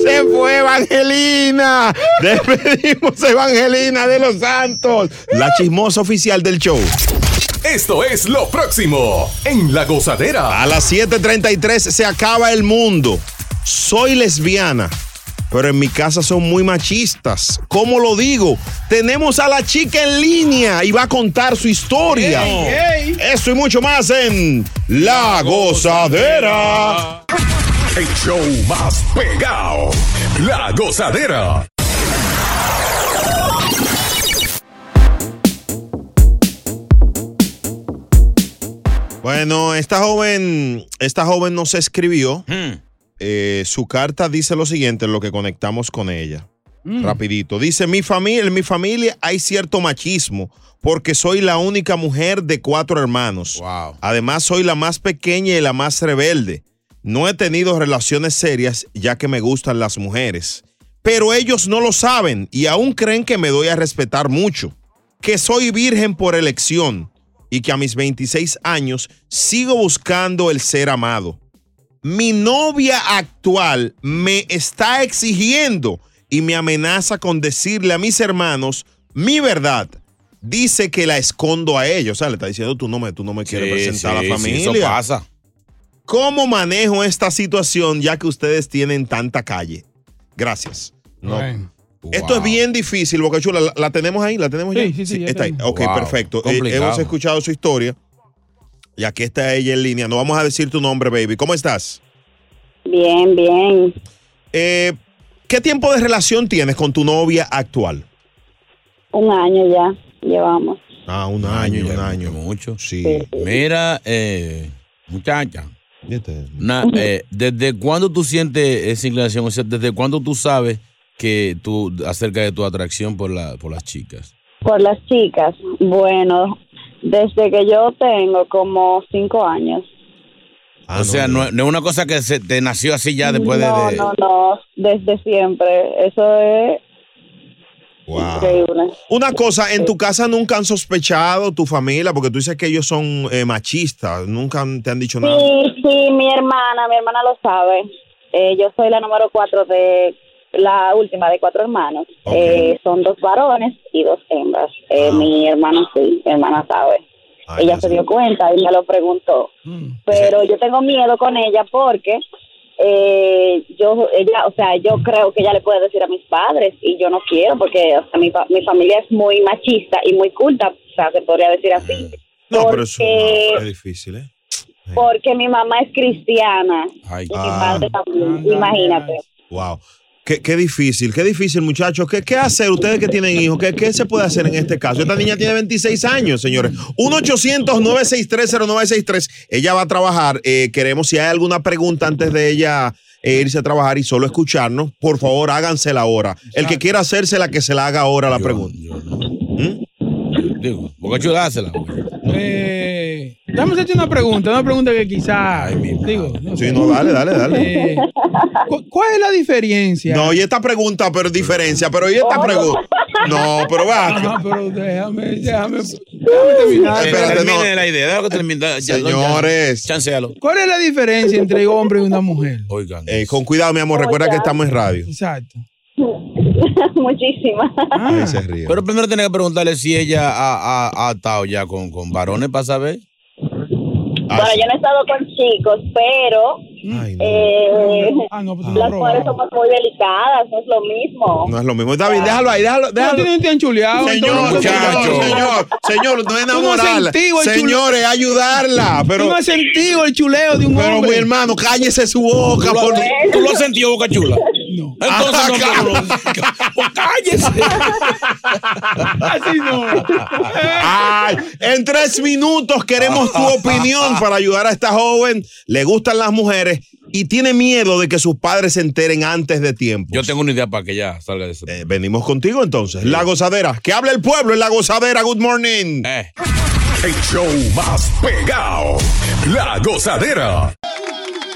S1: Se fue Evangelina. Despedimos a Evangelina de los Santos, la chismosa oficial del show.
S4: Esto es lo próximo en La Gozadera.
S1: A las 7:33 se acaba el mundo. Soy lesbiana, pero en mi casa son muy machistas. ¿Cómo lo digo? Tenemos a la chica en línea y va a contar su historia.
S4: Ey,
S1: Eso y mucho más en La Gozadera.
S4: El show más pegado. La Gozadera.
S1: Bueno, esta joven, esta joven nos escribió. Eh, su carta dice lo siguiente, lo que conectamos con ella. Rapidito. Dice, mi familia, en mi familia hay cierto machismo porque soy la única mujer de cuatro hermanos. Además, soy la más pequeña y la más rebelde. No he tenido relaciones serias ya que me gustan las mujeres. Pero ellos no lo saben y aún creen que me doy a respetar mucho. Que soy virgen por elección y que a mis 26 años sigo buscando el ser amado mi novia actual me está exigiendo y me amenaza con decirle a mis hermanos mi verdad. Dice que la escondo a ellos. O sea, le está diciendo, tú no me, tú no me quieres presentar a
S13: sí,
S1: la
S13: sí,
S1: familia.
S13: eso pasa.
S1: ¿Cómo manejo esta situación ya que ustedes tienen tanta calle? Gracias. No.
S13: Bueno.
S1: Esto es bien difícil, Boca Chula. ¿La, la tenemos ahí? ¿La tenemos
S13: Sí,
S1: ya?
S13: sí, sí, ya
S1: está ahí.
S13: tenemos.
S1: Ok,
S13: Wow,
S1: perfecto. Eh,
S13: complicado.
S1: hemos escuchado su historia. Y aquí está ella en línea. No vamos a decir tu nombre, baby. ¿Cómo estás?
S17: Bien, bien.
S1: Eh, ¿Qué tiempo de relación tienes con tu novia actual?
S17: Un año ya llevamos.
S1: Ah, un año, un año.
S13: Mucho. Sí. Mira, eh, muchacha. na- eh, ¿Desde cuándo tú sientes esa inclinación? O sea, ¿desde cuándo tú sabes que tú acerca de tu atracción por, la, por las chicas?
S17: Por las chicas, bueno, desde que yo tengo como cinco años.
S1: Ah,
S13: o sea, no, es- no es una cosa que se te nació así ya después de-
S17: no,
S13: de,
S17: no, no, desde siempre. Eso es increíble.
S1: Una cosa, en tu casa nunca han sospechado tu familia, porque tú dices que ellos son eh, machistas, nunca han- te han dicho nada.
S17: Sí, sí, mi hermana, mi hermana lo sabe. Eh, yo soy la número cuatro de la última de cuatro hermanos. Eh, son dos varones y dos hembras. Eh, Mi hermano sí, mi hermana sabe. ella se dio cuenta y me lo preguntó. Pero yo tengo miedo con ella porque eh, yo, ella, o sea, yo creo que ella le puede decir a mis padres y yo no quiero porque o sea, mi, fa- mi familia es muy machista y muy culta, o sea, se podría decir así.
S1: No, pero eso
S17: Porque-
S1: es difícil, ¿eh?
S17: porque mi mamá es cristiana y mi
S1: Ah.
S17: padre también, imagínate.
S1: Wow. Qué, qué difícil, qué difícil, muchachos. ¿Qué, ¿Qué hacer ustedes que tienen hijos? ¿Qué, ¿Qué se puede hacer en este caso? Esta niña tiene 26 años, señores. 1-800-963-0963. Ella va a trabajar. Eh, queremos, si hay alguna pregunta antes de ella eh, irse a trabajar y solo escucharnos, por favor, hágansela ahora. El que quiera hacérsela, que se la haga ahora la pregunta.
S13: Digo, Boca Chula, dásela.
S2: Eh, déjame hacerte una pregunta, una pregunta que quizás. Digo, no
S1: Sí, no, dale, dale, dale.
S2: Eh, ¿cu- ¿Cuál es la diferencia?
S1: No, y esta pregunta, pero diferencia, pero y esta pregunta. No, pero va. Eh,
S2: Ajá, pero déjame, déjame, déjame terminar.
S13: Espérate, termine la idea, déjalo que termine. Ya,
S1: Señores.
S13: Chancealo.
S2: ¿Cuál es la diferencia entre un hombre y una mujer?
S13: Oigan.
S1: Eh, con cuidado, mi amor, recuerda que estamos en radio.
S2: Exacto.
S17: Muchísimas.
S1: Ah,
S13: Ah. Pero primero tiene que preguntarle si ella ha, ha- ha estado ya con, con varones para saber.
S17: Bueno, yo no he estado con chicos, pero
S1: Ay,
S17: Eh,
S2: pues
S17: las mujeres somos muy delicadas, no es lo mismo.
S1: No es lo mismo. Está bien, déjalo ahí, déjalo. déjalo.
S2: tienen que enchuleado.
S1: Señor,
S2: entonces,
S1: muchacho.
S2: no.
S1: Señor, señor, no
S2: Tú no has
S1: enamorarla.
S2: sentido el chule-
S1: Señores, ayudarla. Pero,
S2: Tú no has sentido el chuleo de un
S1: pero
S2: hombre.
S1: mi hermano, cállese su boca. por- Ah,
S13: ¿Tú lo has sentido, Boca Chula?
S2: No. Pues
S13: Entonces no te lo-
S2: ¡Cállese! Así no.
S1: Ay, en tres minutos queremos tu opinión para ayudar a esta joven. Le gustan las mujeres y tiene miedo de que sus padres se enteren antes de tiempo.
S13: Yo tengo una idea para que ya salga de ese.
S1: Pues, eh, Venimos contigo entonces. La gozadera. Que hable el pueblo en la gozadera. Good morning.
S4: El show más pegado. La gozadera.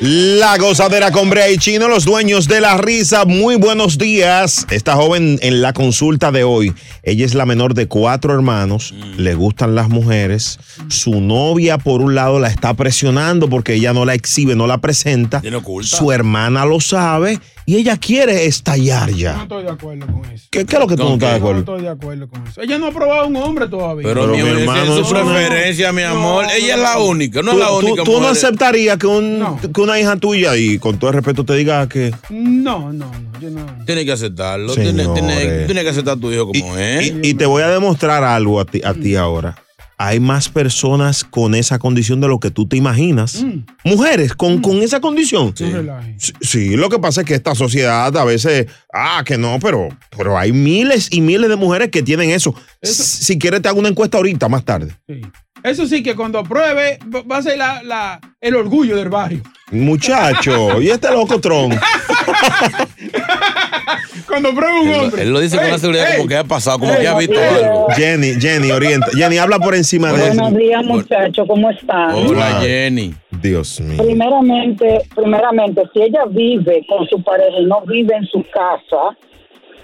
S1: La gozadera con Brea y Chino, los dueños de la risa. Muy buenos días. Esta joven en la consulta de hoy. Ella es la menor de cuatro hermanos.
S13: Mm.
S1: Le gustan las mujeres. Su novia, por un lado, la está presionando porque ella no la exhibe, no la presenta. Su hermana lo sabe y ella quiere estallar ya.
S2: estoy de acuerdo con eso.
S1: ¿Qué, qué es lo que tú no estás de
S2: No
S1: acuerdo?
S2: estoy de acuerdo con eso. Ella no ha probado un hombre todavía.
S13: Pero, mi, hermano, es su preferencia, mi amor. Ella es la única, no
S1: tú,
S13: es la
S1: tú-
S13: única.
S1: tú no
S13: mujer.
S1: aceptarías que, un- que una hija tuya, y con todo el respeto te diga que...
S2: No, no, no. Yo no.
S13: Tienes que aceptarlo. Tienes, tienes- tienes que aceptar a tu hijo como es.
S1: Y, y te voy a demostrar algo a ti, a ti ahora. Hay más personas con esa condición de lo que tú te imaginas. Mujeres con, con esa condición. Mm. Sí. Sí, lo que pasa es que esta sociedad a veces, ah, que no, pero, pero hay miles y miles de mujeres que tienen eso. Si quieres, te hago una encuesta ahorita, más tarde.
S2: Eso sí, que cuando apruebe va va a ser la, la- el orgullo del barrio.
S1: Muchacho, y este loco tron.
S2: Cuando apruebe un hombre.
S13: Él lo dice con una seguridad como que ha pasado, como que ha visto algo.
S1: Jenny, Jenny, orienta. Jenny, habla por encima de
S18: Buenos
S1: él.
S18: días, muchachos, ¿cómo están?
S13: Hola, Jenny.
S1: Dios mío.
S18: Primeramente, primeramente, si ella vive con su pareja y no vive en su casa,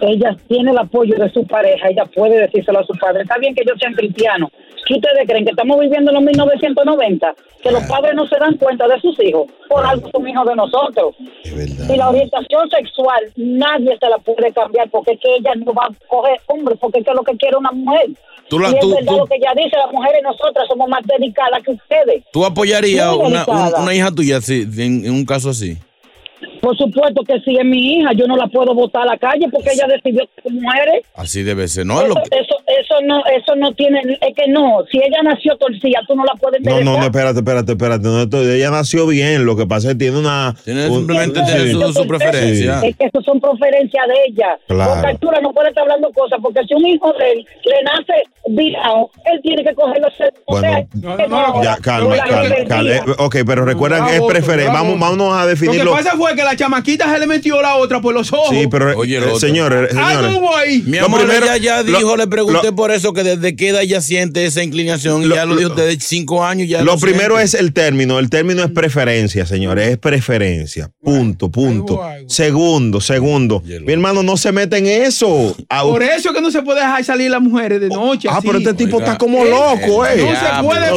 S18: ella tiene el apoyo de su pareja, ella puede decírselo a su padre. Está bien que yo sea cristiano. ¿Qué ustedes creen? ¿Que estamos viviendo en los 1990? ¿Que
S13: Ah.
S18: los padres no se dan cuenta de sus hijos? Por algo son hijos de nosotros. Y la orientación sexual nadie se la puede cambiar porque es que ella no va a coger hombres, porque es que es lo que quiere una mujer.
S13: Tú la-
S18: y es
S13: tú-
S18: verdad
S13: tú-
S18: lo que ella dice, las mujeres nosotras somos más delicadas que ustedes.
S13: ¿Tú apoyarías
S18: Muy
S13: una, un-
S18: delicada.
S13: una hija tuya así, en, en un caso así?
S18: Por supuesto que si es mi hija, yo no la puedo botar a la calle porque ella decidió que mujeres.
S13: Así debe ser, ¿no? Lo
S18: eso,
S13: que-
S18: eso, eso no, eso no tiene, es que no, si ella nació torcida, tú no la puedes
S1: No, no, no,
S18: enderezar.
S1: espérate, espérate, espérate. No, esto- ella nació bien, lo que pasa es que tiene una...
S13: Tiene
S1: un-
S13: simplemente
S1: sí.
S13: tiene su, su preferencia.
S18: Es que eso son preferencias de ella.
S1: Claro.
S18: Boca Chula no puede estar hablando cosas porque si un hijo de él le nace virado, él tiene que cogerlo.
S1: Bueno, Ya, calma, calma, calma. Eh, ok, pero recuerdan que es
S2: Bravo,
S1: preferencia.
S2: bravo.
S1: Vamos, vámonos a
S2: Lo que
S1: definirlo.
S2: pasa fue que la chamaquita se le metió la otra por los ojos.
S1: Sí, pero eh, señores,
S13: Ah,
S2: Algo
S1: señores.
S2: hubo ahí.
S13: Mi
S1: Lo
S13: amor,
S1: primero-
S13: ella ya
S1: lo-
S13: dijo, le pregunté
S1: lo-
S13: por eso, que desde qué edad ella siente esa inclinación. y ya lo, dijo desde cinco años. Ya
S1: Lo primero es el término. El término es preferencia, señores. Es preferencia. Punto, punto. Segundo, segundo. Mi hermano, no se mete en eso. Ah,
S2: Por eso es que no se puede dejar salir las mujeres de noche.
S1: Ah,
S2: así.
S1: pero este tipo está como
S2: Eh,
S1: loco, eh.
S2: No se puede,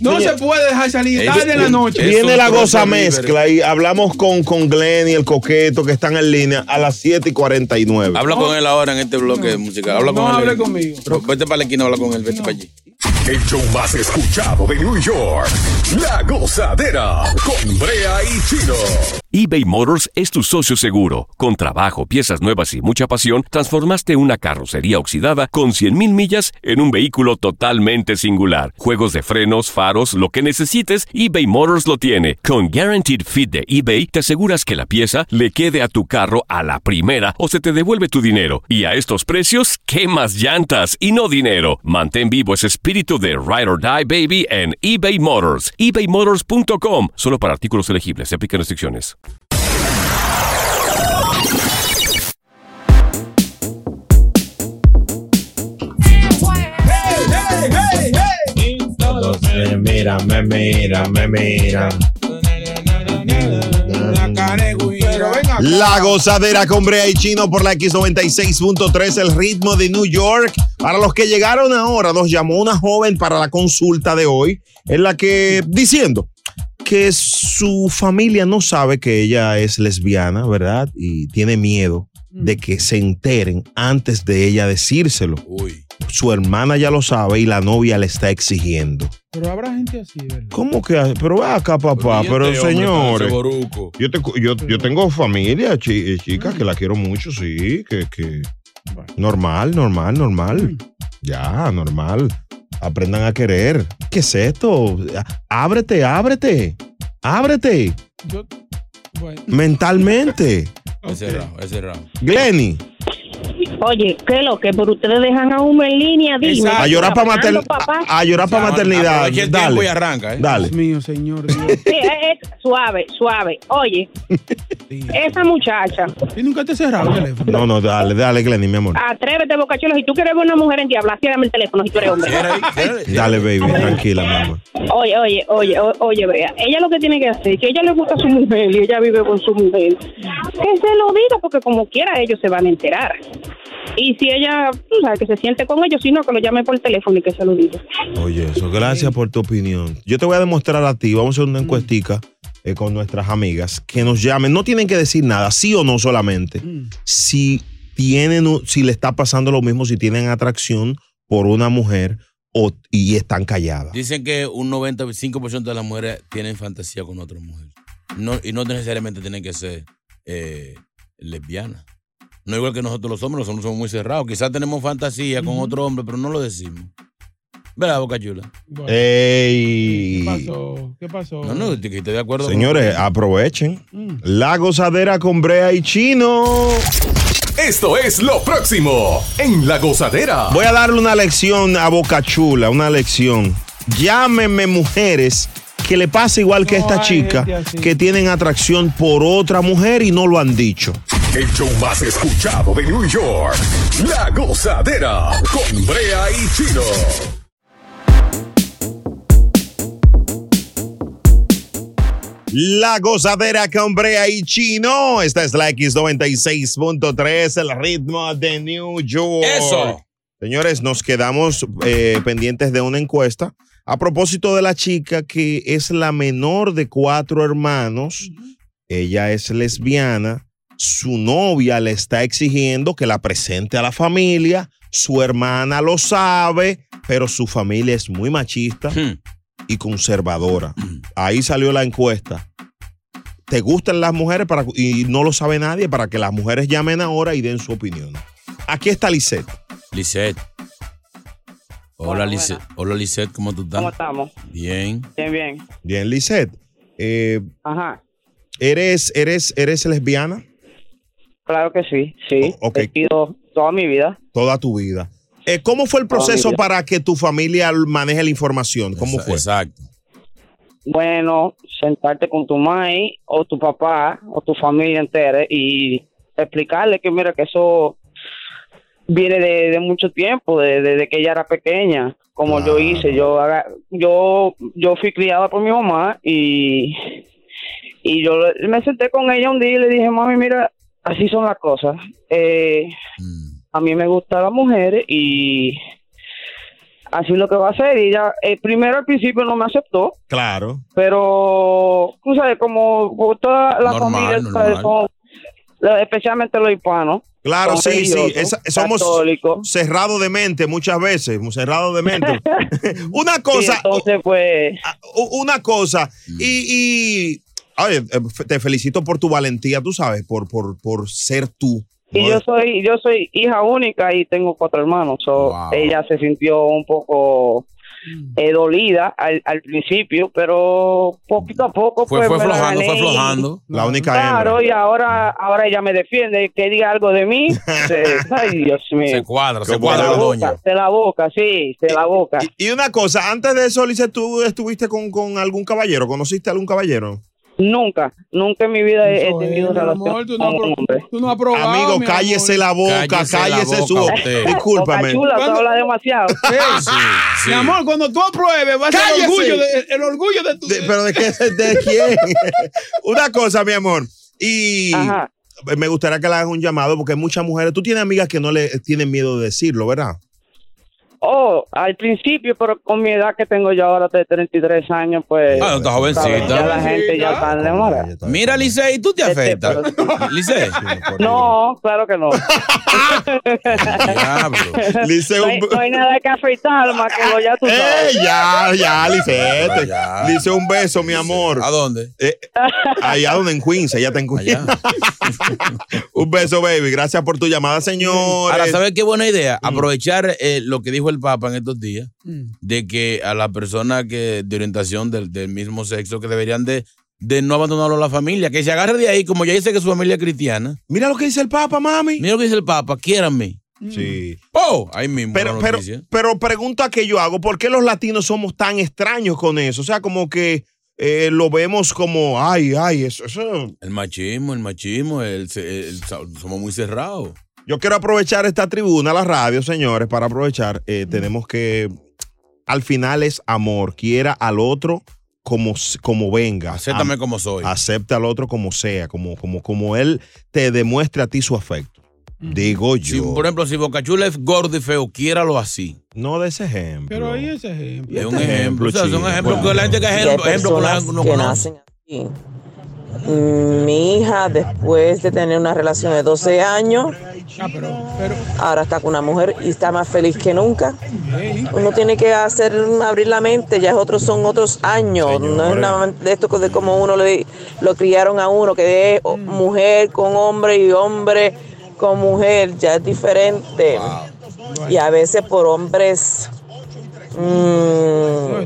S2: no se,
S1: señor.
S2: puede dejar salir tarde en la noche.
S1: Viene la goza mezcla y hablamos con, con Glenn y el coqueto que están en línea a las 7 y 49.
S13: Habla con él ahora en este bloque musical. Habla con él. conmigo. Vete para la esquina, habla con él. Vete para allí.
S4: El show más escuchado de New York. La gozadera con Brea y Chino.
S5: eBay Motors es tu socio seguro. Con trabajo, piezas nuevas y mucha pasión, transformaste una carrocería oxidada con 100.000 millas en un vehículo totalmente singular. Juegos de frenos, faros, lo que necesites, eBay Motors lo tiene. Con Guaranteed Fit de eBay, te aseguras que la pieza le quede a tu carro a la primera o se te devuelve tu dinero. Y a estos precios, ¿qué más llantas y no dinero? Mantén vivo ese espíritu de Ride or Die Baby en eBay Motors. ebaymotors.com. Solo para artículos elegibles. Se aplican restricciones.
S1: Entonces, mira, me mira, me mira. La gozadera con Brea y Chino por la X96.3, el ritmo de New York. Para los que llegaron ahora, nos llamó una joven para la consulta de hoy, en la que diciendo que su familia no sabe que ella es lesbiana, ¿verdad? Y tiene miedo de que se enteren antes de ella decírselo. Su hermana ya lo sabe y la novia le está exigiendo.
S2: Pero habrá gente así, ¿verdad?
S1: ¿Cómo que hace? Pero va acá, papá,
S2: Olvídate,
S1: pero
S2: hombre,
S1: señores.
S2: parece
S1: Yo, te- yo- yo tengo familia, chi- eh, chica, que la quiero mucho, sí, que, que- normal, normal, normal. Ya, normal. Aprendan a querer. ¿Qué es esto? Á- Ábrete, ábrete. Ábrete. Mentalmente.
S13: Es cerrado, es cerrado.
S1: Glenny,
S19: Oye, ¿qué es lo que por ustedes dejan a uno en línea? Dime.
S1: a llorar para maternidad. A, a llorar para maternidad.
S13: aprovecha el tiempo
S1: Dale.
S13: y arranca, ¿eh?
S1: Dale.
S2: Dios mío, señor.
S19: Sí, es- es suave, suave. Oye, esa muchacha.
S2: Y nunca te cerraron el teléfono.
S1: No, no, dale, dale, Glenny, mi amor.
S19: Atrévete, bocachuelo. Si tú quieres ver una mujer en diabla, ciérrame el teléfono si tú eres hombre.
S1: Dale, baby, tranquila, mi amor.
S19: Oye, oye, oye, o- oye, vea. Ella lo que tiene que hacer, que ella le gusta a su mujer y ella vive con su mujer, que se lo diga porque como quiera ellos se van a enterar. Y si ella, tú sabes, que se siente con ellos, sino que lo llame por teléfono y que se lo diga.
S1: Oye, eso, gracias por tu opinión. Yo te voy a demostrar a ti, vamos a hacer
S2: Mm.
S1: una encuestica eh, con nuestras amigas que nos llamen. No tienen que decir nada, sí o no solamente.
S2: Mm.
S1: Si tienen, un- si le está pasando lo mismo, si tienen atracción por una mujer o, y están calladas.
S13: Dicen que un 95% de las mujeres tienen fantasía con otra mujer. No, y no necesariamente tienen que ser eh, lesbianas. No igual que nosotros los hombres, los hombres somos muy cerrados. Quizás tenemos fantasía con otro hombre, pero no lo decimos. ¿Verdad, Boca Chula?
S1: Ey.
S2: ¿Qué pasó?
S13: No, no, te- que estoy de acuerdo. con-
S1: Señores, aprovechen.
S2: Mm.
S1: La gozadera con Brea y Chino.
S4: Esto es lo próximo en La Gozadera.
S1: Voy a darle una lección a Boca Chula, una lección. Llámeme mujeres que le pasa igual que a esta chica, que tienen atracción por otra mujer y no lo han dicho.
S4: El show más escuchado de New York. La Gozadera con Brea y Chino.
S1: La gozadera con Brea y Chino. Esta es la X96.3, el ritmo de New York.
S13: Eso.
S1: Señores, nos quedamos eh, pendientes de una encuesta a propósito de la chica que es la menor de cuatro hermanos. Ella es lesbiana. Su novia le está exigiendo que la presente a la familia. Su hermana lo sabe, pero su familia es muy machista y conservadora. Ahí salió la encuesta. ¿Te gustan las mujeres? Para, y no lo sabe nadie para que las mujeres llamen ahora y den su opinión. Aquí está Lisette.
S13: Lisette. Hola, Lisette. Hola, Lisette, ¿cómo tú estás? ¿Cómo estamos? Bien.
S20: Bien, bien.
S1: Bien, Lisette. eh,
S20: Ajá.
S1: ¿eres, eres, ¿Eres lesbiana? Oh,
S20: Claro que sí, sí. He sido toda mi vida.
S1: Toda tu vida. Eh, ¿Cómo fue el
S20: Toda mi
S1: proceso
S20: vida.
S1: para que tu familia maneje la información? ¿Cómo fue?
S13: Exacto.
S20: Bueno, sentarte con tu mãe o tu papá o tu familia entera y explicarle que mira que eso viene de, de mucho tiempo, de- desde que ella era pequeña, como yo hice, yo haga- yo yo fui criada por mi mamá y y yo me senté con ella un día y le dije, mami, mira, así son las cosas. Eh, A mí me gustan las mujeres y así es lo que va a hacer. Y ella, eh, primero al principio no me aceptó,
S1: Claro.
S20: pero tú sabes como por toda la
S1: Normal,
S20: familia tú
S1: normal.
S20: sabes, son- lo- especialmente los hispanos
S1: Claro,
S20: son
S1: sí, sí.
S20: religiosos,
S1: esa- somos
S20: católicos.
S1: cerrados de mente muchas veces, cerrados de mente. una cosa.
S20: pues.
S1: Ah, u- Una cosa. Y. y oye, eh, fe- te felicito por tu valentía, tú sabes, por, por, por ser tú.
S20: y yo soy yo soy hija única y tengo cuatro hermanos so, ella se sintió un poco eh, dolida al, al principio pero poquito a poco pues, me la gané y-
S1: La única
S20: Mm, claro
S1: hembra.
S20: y ahora ahora ella me defiende que diga algo de mí se- ay Dios mío
S13: Se cuadra, se
S20: Se
S13: cuadra
S20: la
S13: la
S20: boca,
S13: doña.
S20: se la boca sí se la boca
S1: Y una cosa, antes de eso, Lice, ¿tú estuviste con, con algún caballero? ¿Conociste a algún caballero?
S20: Nunca, nunca en mi vida he, he
S1: Eso es,
S20: tenido
S1: mi
S20: relación
S1: amor, tú no
S20: con
S1: has
S20: un
S1: pro-
S20: hombre.
S2: Tú no has probado.
S1: Amigo,
S2: mi
S1: cállese
S2: amor.
S1: la boca, cállese,
S2: Cállese la
S1: su
S2: boca
S1: boca.
S2: usted.
S1: Discúlpame.
S20: Bocachula, tú hablas demasiado.
S13: Ah,
S2: Mi amor, cuando tú apruebes, va a ser el
S1: ¡Cállese!
S2: orgullo de, el orgullo de tu.
S1: De- ¿Pero de, qué, de quién? Una cosa, mi amor. Y me gustaría que le hagas un llamado porque hay muchas mujeres. Tú tienes amigas que no le tienen miedo de decirlo, ¿verdad?
S20: Oh, al principio, pero con mi edad que tengo yo ahora de 33 años, pues...
S13: Ah, está
S20: sabes,
S13: jovencita.
S20: Ya la gente ya está enamorada.
S13: Mira, Licey, tú
S1: Este,
S13: te afectas. Licey.
S20: No, claro que no.
S1: Lice,
S20: no, hay, no hay nada que afeitar más que lo ya tú sabes.
S1: ¡Ey, ya, ya, Licete! Lice, Este, un beso, mi amor. ¿A
S13: dónde?
S1: allá donde en Queens, allá está en Queens. un beso, baby. Gracias por tu llamada, señor.
S13: Ahora, ¿sabes qué buena idea?
S1: Mm.
S13: Aprovechar eh, lo que dijo el Papa en estos días, de que a las personas que de orientación del, del mismo sexo que deberían de, de no abandonarlo a la familia, que se agarre de ahí, como ya dice que su familia es cristiana.
S1: Mira lo que dice el Papa, mami.
S13: Mira lo que dice el Papa, quiéranme.
S1: Sí.
S13: Oh, ahí mismo.
S1: Pero,
S13: una
S1: pero,
S13: noticia.
S1: Mm. pero pregunta que yo hago, ¿por qué los latinos somos tan extraños con eso? O sea, como que eh, lo vemos como, ay, ay, eso, eso.
S13: El machismo, el machismo, el, se- el- somos muy cerrados.
S1: Yo quiero aprovechar esta tribuna, la radio, señores, para aprovechar.
S13: Mm.
S1: eh, Tenemos que, al final es amor, quiera al otro como, s- como venga.
S13: Acéptame
S1: Am-
S13: como soy.
S1: Acepta al otro como sea, como, como, como él te demuestre a ti su afecto. Digo
S13: Si,
S1: yo.
S13: por ejemplo, si Bocachula es gordo y feo, quiéralo así.
S1: No de ese ejemplo. Este
S21: Pero ahí ese
S2: eh,
S21: ejemplo.
S13: Es un ejemplo. o sea, son
S1: chico.
S13: ejemplos que la gente que es
S22: Hay
S13: ejemplo, ejemplo con la
S22: personas
S13: gente no
S22: que
S13: conoce.
S22: nacen así. Mi hija, después de tener una relación de 12 años, ahora está con una mujer y está más feliz que nunca. Uno tiene que hacer abrir la mente, ya es otros son otros años. No es nada más de esto de como uno le, lo criaron a uno, que es o- mujer con hombre y hombre con mujer, ya es diferente. Y a veces por hombres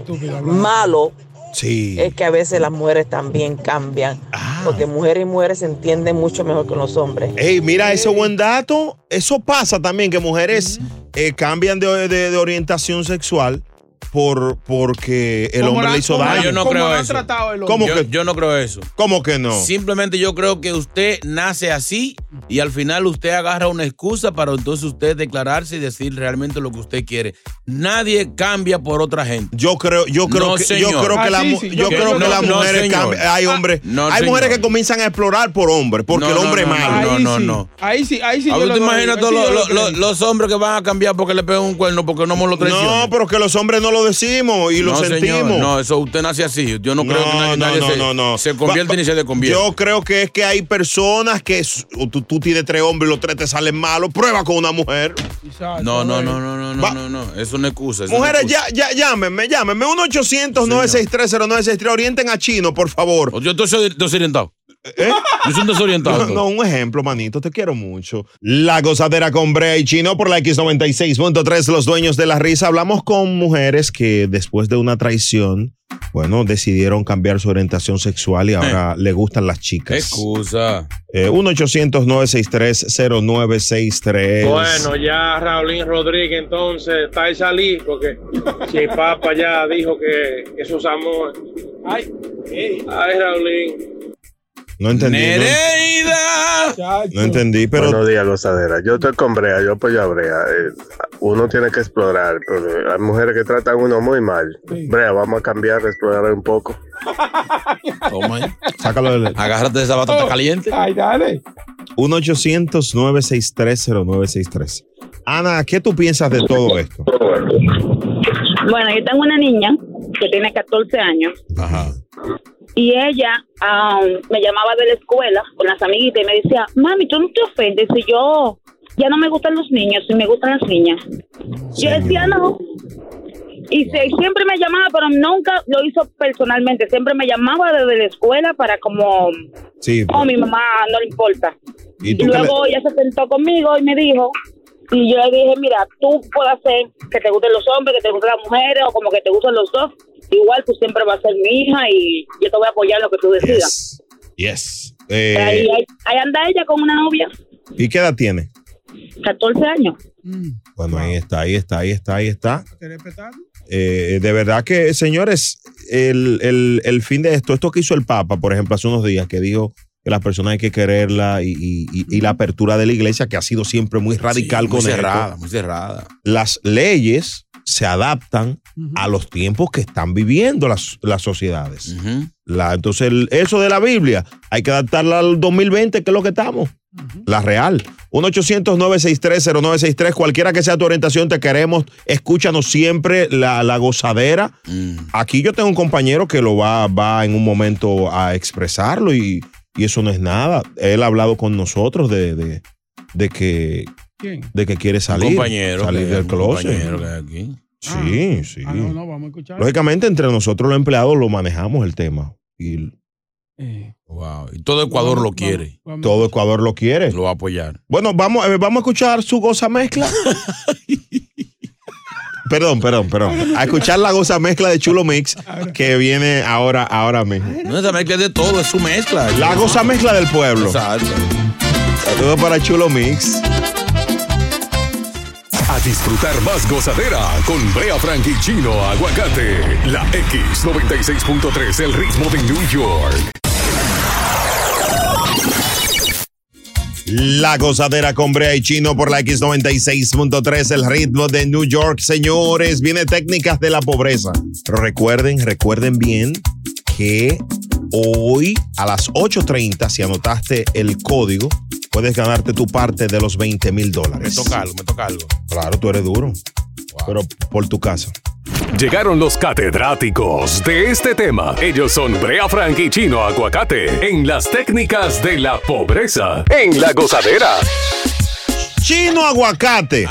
S22: mm, malos,
S1: Sí.
S22: es que a veces las mujeres también cambian. Porque mujeres y mujeres se entienden mucho mejor que los hombres.
S1: Ey, mira, ese buen dato. Eso pasa también, que mujeres eh, cambian de, de- de orientación sexual por, porque el hombre le hizo daño.
S13: Yo no creo eso.
S1: ¿Cómo
S13: yo,
S1: que,
S13: yo no creo eso.
S1: ¿Cómo que no?
S13: Simplemente yo creo que usted nace así y al final usted agarra una excusa para entonces usted declararse y decir realmente lo que usted quiere. Nadie cambia por otra gente.
S1: Yo creo, yo creo que, yo creo que la mu- Ah, yo creo que Ah, las mujeres cambian. Hay hombres, hay mujeres que comienzan a explorar por hombres, porque
S13: Ah, No,
S1: el
S13: no,
S1: hombre
S13: no,
S1: es
S13: no,
S1: malo.
S13: no, no, no.
S21: Ahí sí, ahí sí.
S13: Ah,
S21: yo
S13: ¿Tú
S21: lo
S13: te
S21: doy,
S13: imaginas
S21: ahí
S13: todos
S21: sí yo
S13: los,
S21: lo
S13: los-
S21: creo.
S13: los- los hombres que van a cambiar porque le pegan un cuerno, porque no lo traicionan?
S1: No, pero que los hombres no lo decimos y lo
S13: No, señor,
S1: sentimos.
S13: no, eso usted nace así. Yo no, creo que nadie, nadie se, se
S1: Va-
S13: convierte
S1: va-
S13: ni se desconvierte.
S1: Yo creo que es que hay personas que s- tú, tú tienes tres hombres y los tres te salen malos. Prueba con una mujer.
S13: No, no, no, no, no, no, no, no. Es una excusa. es una
S1: Mujeres,
S13: excusa.
S1: ya, ya, llámenme, llámenme. 1-800-963-0963. Orienten a Chino, por favor.
S13: Yo estoy desorientado. Yo soy un desorientado.
S1: No, no, un ejemplo, manito. Te quiero mucho. La gozadera con Brea y Chino por la X96.3, los dueños de la risa. Hablamos con mujeres que después de una traición, bueno, decidieron cambiar su orientación sexual y ahora le gustan las chicas.
S13: Excusa.
S1: Eh, 1-800-963-0963.
S2: Bueno, ya Raulín Rodríguez entonces está ahí salí porque si Papa ya dijo que eso es amor. Ay, ay Raulín.
S1: No entendí. ¿no? No entendí, pero.
S15: Buenos días, gozadera. Yo estoy con Brea, yo apoyo a Brea. Eh, Uno tiene que explorar, pero hay mujeres que tratan a uno muy mal. Brea, vamos a cambiar, explorar un poco.
S1: Sácalo del.
S13: Agárrate de esa batata caliente.
S21: Oh. Ay, dale.
S1: 1-800-963-0963. Ana, ¿qué tú piensas de todo esto?
S18: Bueno, yo tengo una niña que tiene 14 años
S1: Ajá.
S18: y ella am, me llamaba de la escuela con las amiguitas y me decía, mami, tú no te ofendes si yo ya no me gustan los niños y me gustan las niñas. Yo decía no. Y se- siempre me llamaba, pero nunca lo hizo personalmente. Siempre me llamaba desde la escuela para como,
S1: Sí. pues.
S18: oh, mi mamá, no le importa.
S1: ¿Y
S18: Y
S1: tú qué
S18: luego
S1: le-
S18: ella se sentó conmigo y me dijo, y yo le dije, mira, tú puedes hacer que te gusten los hombres, que te gusten las mujeres, o como que te gusten los dos. Igual tú siempre vas a ser mi hija y yo te voy a apoyar en lo que tú decidas.
S1: Yes.
S18: Ahí,
S1: Eh,
S18: ahí- ahí anda ella con una novia,
S1: ¿Y qué edad tiene?
S18: 14 años.
S1: Bueno, ahí está, ahí está, ahí está, ahí está. Eh, de verdad que, señores, el, el- el fin de esto, esto que hizo el Papa, por ejemplo, hace unos días, que dijo que las personas hay que quererla y, y- y- y la apertura de la iglesia, que ha sido siempre muy radical
S13: muy
S1: con esto.
S13: cerrada, muy cerrada.
S1: Las leyes se adaptan a los tiempos que están viviendo las, las sociedades. La- entonces, el- eso de la Biblia, hay que adaptarla al 2020, que es lo que estamos. La real. 1-800-963-0963. Cualquiera que sea tu orientación, te queremos. Escúchanos siempre la, la gozadera.
S13: Mm.
S1: Aquí yo tengo un compañero que lo va, va en un momento a expresarlo y, y eso no es nada. Él ha hablado con nosotros de, de, de que,
S2: ¿Quién?
S1: de que quiere salir.
S13: compañero
S1: Salir
S13: que-
S1: del
S13: un
S1: closet.
S13: compañero que hay aquí.
S1: Sí, sí.
S2: Ah, No, no, vamos a escuchar.
S1: Lógicamente, entre nosotros los empleados lo manejamos el tema. Y
S13: Wow. Y todo Ecuador lo quiere.
S1: todo Ecuador lo quiere.
S13: Lo va a apoyar.
S1: Bueno, vamos, eh, vamos a escuchar su goza mezcla. perdón, perdón, perdón. A escuchar la goza mezcla de Chulo Mix que viene ahora, ahora mismo.
S13: No esa mezcla es de todo, es su mezcla.
S1: La goza mezcla del pueblo.
S13: Exacto.
S1: Saludos para Chulo Mix.
S4: A disfrutar más gozadera con Brea Frank y Chino Aguacate. La X96.3, el ritmo de New York.
S1: La gozadera con Brea y Chino por la X96.3, el ritmo de New York, señores. Viene técnicas de la pobreza. Recuerden, recuerden bien que hoy a las 8.30, si anotaste el código, puedes ganarte tu parte de los 20 mil
S13: Me
S1: dólares.
S13: toca algo, me toca algo.
S1: Claro, tú eres duro. Pero por tu casa.
S4: Llegaron los catedráticos de este tema. Ellos son Brea Frank y Chino Aguacate en las técnicas de la pobreza. En la gozadera.
S1: Chino aguacate.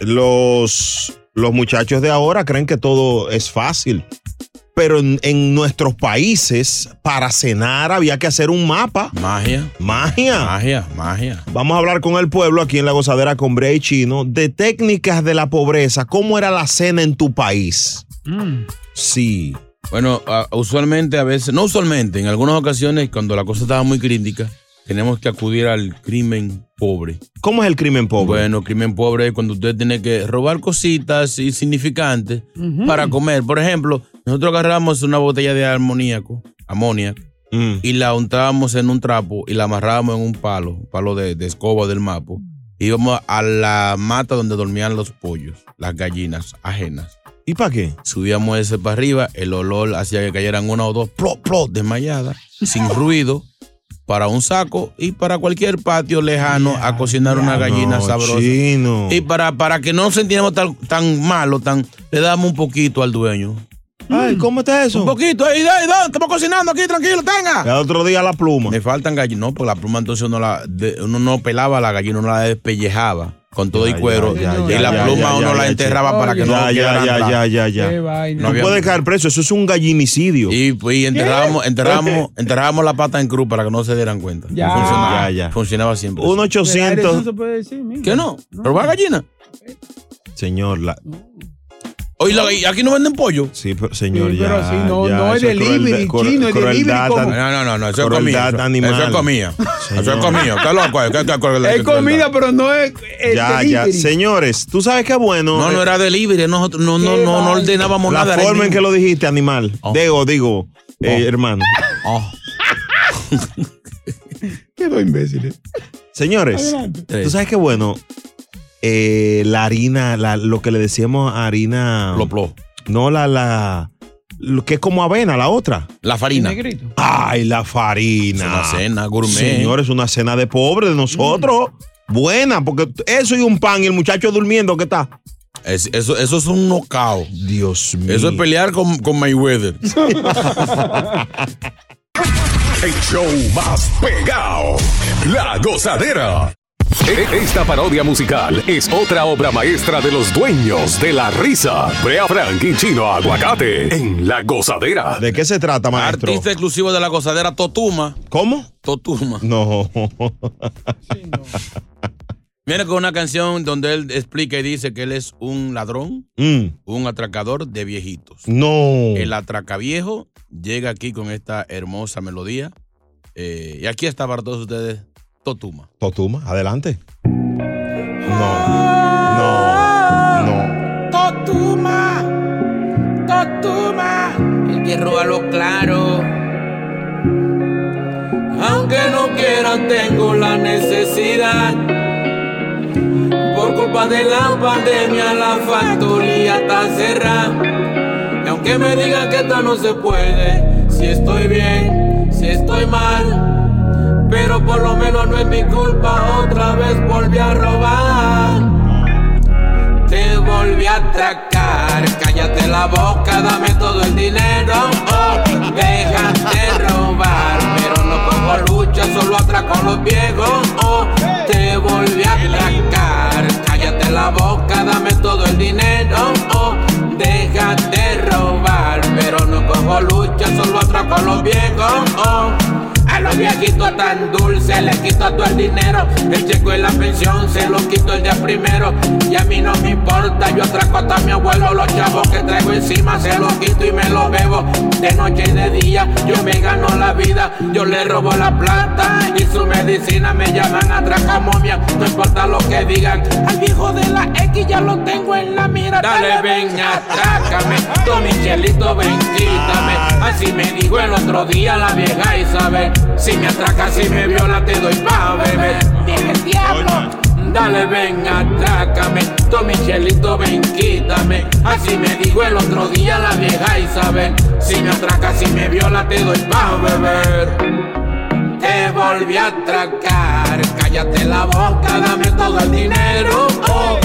S1: Los, los muchachos de ahora creen que todo es fácil. Pero en, en nuestros países, para cenar había que hacer un mapa.
S13: Magia.
S1: Magia.
S13: Magia, magia.
S1: Vamos a hablar con el pueblo aquí en La Gozadera con Brea y Chino de técnicas de la pobreza. ¿Cómo era la cena en tu país? Sí.
S13: Bueno, a- usualmente a veces, no usualmente, en algunas ocasiones cuando la cosa estaba muy crítica, tenemos que acudir al crimen pobre.
S1: ¿Cómo es el crimen pobre?
S13: Bueno, crimen pobre es cuando usted tiene que robar cositas insignificantes
S3: Ujú.
S13: para comer. Por ejemplo, nosotros agarramos una botella de amoníaco, amoníaco,
S1: Mm.
S13: y la untábamos en un trapo y la amarrábamos en un palo, un palo de, de escoba del mapo. Íbamos a la mata donde dormían los pollos, las gallinas ajenas.
S1: ¿Y para qué?
S13: Subíamos ese para arriba, el olor hacía que cayeran una o dos, plop, plop, desmayadas, sin ruido, para un saco y para cualquier patio lejano a cocinar una gallina
S1: No,
S13: sabrosa.
S1: chino.
S13: Y para, para que no nos sintiéramos tan, tan malo, tan, le damos un poquito al dueño.
S1: Ay, ¿cómo está eso?
S13: Un poquito, ahí, ahí, ahí, estamos cocinando aquí, tranquilo, tenga.
S1: El otro día la pluma.
S13: Me faltan gallinas. No, pues la pluma entonces uno, la, de- uno no pelaba la gallina, uno la despellejaba con todo
S1: Ya,
S13: y cuero.
S1: ya, ya,
S13: y
S1: ya,
S13: la
S1: ya,
S13: pluma
S1: ya,
S13: uno
S1: ya,
S13: la
S1: ya,
S13: enterraba
S1: chico.
S13: para que no
S1: Ya, ya, ya,
S13: quebrara.
S1: ya, ya, ya. Qué
S2: vaina.
S1: No
S13: había-
S1: puedes caer preso, eso es un gallinicidio.
S13: Y, pues, y enterrábamos, enterrábamos, enterrábamos la pata en cruz para que no se dieran cuenta.
S1: Ya.
S13: Y Funcionaba,
S1: Ya, ya.
S13: funcionaba siempre.
S1: Un
S2: Pero eso no
S1: 800.
S2: se puede decir, mira.
S13: ¿Qué no? ¿Robar gallina?
S1: Señor, la...
S13: Oye, la gall- aquí no venden pollo.
S1: Sí, pero, señor,
S13: Sí,
S1: ya.
S13: pero sí, no-
S1: ya,
S13: no es
S1: eso
S13: delivery,
S1: crueldad- cru-
S13: chino, es delivery
S1: crueldad
S13: como-
S1: an-
S13: No, no, no, no, eso es
S1: crueldad
S13: comida, eso-
S1: animal.
S13: eso es comida. Eso es comida, está loco, eh, que- que- que-
S2: Es comida, pero no es. es
S1: Ya, ya.
S2: delivery.
S1: Señores, tú sabes qué bueno. eh,
S13: No, no era delivery, nosotros no, no,
S1: Qué
S13: no, no
S1: vaina.
S13: ordenábamos
S1: La
S13: nada. era
S1: forma
S13: el
S1: en que
S13: mismo. Oh.
S1: lo dijiste, animal. Digo, digo, eh, hermano.
S2: Quedó imbécil.
S1: Señores,
S2: Adelante.
S1: tú sabes qué bueno. Eh, la harina, la- lo que le decíamos harina.
S13: Loplo.
S1: No, la, la. Lo que es como avena, la otra.
S13: La farina.
S1: Ay, la farina.
S13: Es una cena gourmet. Mm.
S1: Señores, una cena de pobre de nosotros. Buena, porque eso y un pan y el muchacho durmiendo, ¿qué está?
S13: Es- eso, eso es un knockout.
S1: Dios mío.
S13: Eso es pelear con, con Mayweather.
S4: El show más pegado. La gozadera. E- Esta parodia musical es otra obra maestra de los dueños de la risa. Brea Frank y Chino Aguacate en La Gozadera.
S1: ¿De qué se trata, maestro?
S13: Artista exclusivo de la gozadera Totuma.
S1: ¿Cómo?
S13: Totuma.
S1: No.
S13: Viene con una canción donde él explica y dice que él es un ladrón,
S1: Mm,
S13: un atracador de viejitos.
S1: no.
S13: El atracaviejo llega aquí con esta hermosa melodía. Eh, y aquí está para todos ustedes Totuma.
S1: Totuma, adelante. No. No. No.
S3: Totuma, Totuma, el que roba lo claro. Aunque no quiera, tengo la necesidad. Por culpa de la pandemia, la factoría está cerrada. Y aunque me digan que esto no se puede, si estoy bien, si estoy mal, pero por lo menos no es mi culpa. Otra vez volví a robar. Te volví a atracar. Cállate la boca, dame todo el dinero. Oh, déjate robar. Pero no pongo lucha, solo atraco a los viejos. Oh, te volví a atracar. Cállate la boca, dame todo el dinero. Oh, déjate robar. Pero no cojo lucha, solo atraco a los viejos. Oh, a los viejitos tan dulces les quito todo el dinero. El checo y la pensión se lo quito el día primero. Y a mí no me importa, yo atraco hasta a mi abuelo. Los chavos que traigo encima se los quito y me los bebo. De noche y de día yo me gano la vida. Yo le robo la plata y su medicina me llaman atracamomia. No importa lo que digan. Al viejo de la X ya lo tengo en la mira. Dale, ven, atrácame. Tú, Michelito, ven, quítame. Así me dijo el otro día la vieja Isabel. Si me atracas, si me viola, te doy pa' beber. Dile, diablo. Dale, ven, atrácame. Tú, Michelito, ven, quítame. Así me dijo el otro día la vieja Isabel. Si me atracas, si me viola, te doy pa' beber. Te volví a atracar. Cállate la boca, dame todo el dinero. Oh,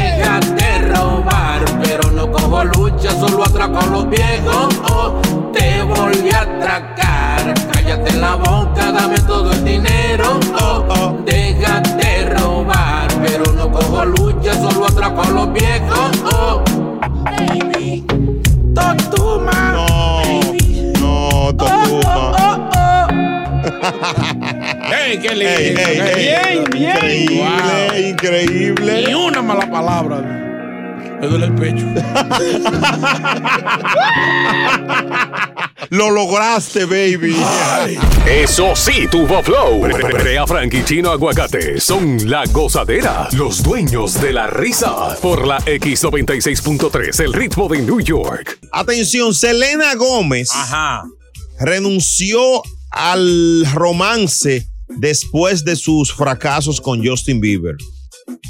S3: déjate robar. Pero no cojo lucha, solo atraco a los viejos. Oh, te volví a atracar. Cállate la boca, dame todo el dinero. Oh, oh, déjate robar. Pero no cojo lucha, solo atraco a los viejos. Oh, baby. Totuma.
S1: No,
S3: Oh,
S1: Totuma.
S2: ¡Ey, qué lindo!
S1: Ey, ey, ey.
S2: ¡Bien, bien!
S1: Increíble, increíble.
S2: Ni una mala palabra. Me duele el pecho.
S1: Lo lograste, baby.
S4: Eso sí, tuvo flow. Brea Frank y Chino Aguacate son la gozadera, los dueños de la risa. Por la X96.3, el ritmo de New York.
S1: Atención, Selena Gómez renunció al romance después de sus fracasos con Justin Bieber.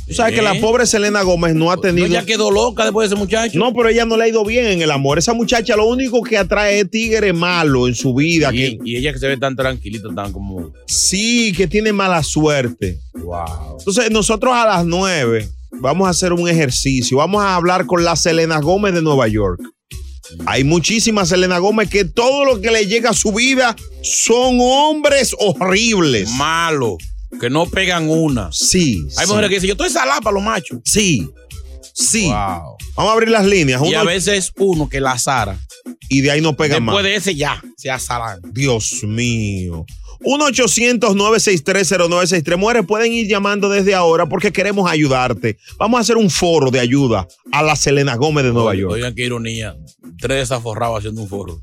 S1: Tú sabes
S13: Sí.
S1: que la pobre Selena Gómez no ha tenido.
S13: ella quedó loca después de ese muchacho.
S1: No, pero ella no le ha ido bien en el amor. Esa muchacha lo único que atrae es tigre malo en su vida. que,
S13: Y ella que se ve tan tranquilita, tan como.
S1: sí, que tiene mala suerte.
S13: Wow.
S1: Entonces, nosotros a las 9 vamos a hacer un ejercicio. Vamos a hablar con la Selena Gómez de Nueva York. Hay muchísimas Selena Gómez que todo lo que le llega a su vida son hombres horribles.
S13: Malo. Que no pegan una.
S1: Sí.
S13: Hay
S1: sí.
S13: mujeres que dicen, yo estoy salada para los machos.
S1: Sí. Sí. Vamos a abrir las líneas.
S13: Y a veces uno que la azara.
S1: Y de ahí no pega más.
S13: Después de ese ya, se azaran.
S1: Dios mío. 1-800-963-0963. Mujeres, pueden ir llamando desde ahora porque queremos ayudarte. Vamos a hacer un foro de ayuda a la Selena Gómez de Nueva York.
S13: Oigan qué ironía. Tres desaforrados haciendo un foro.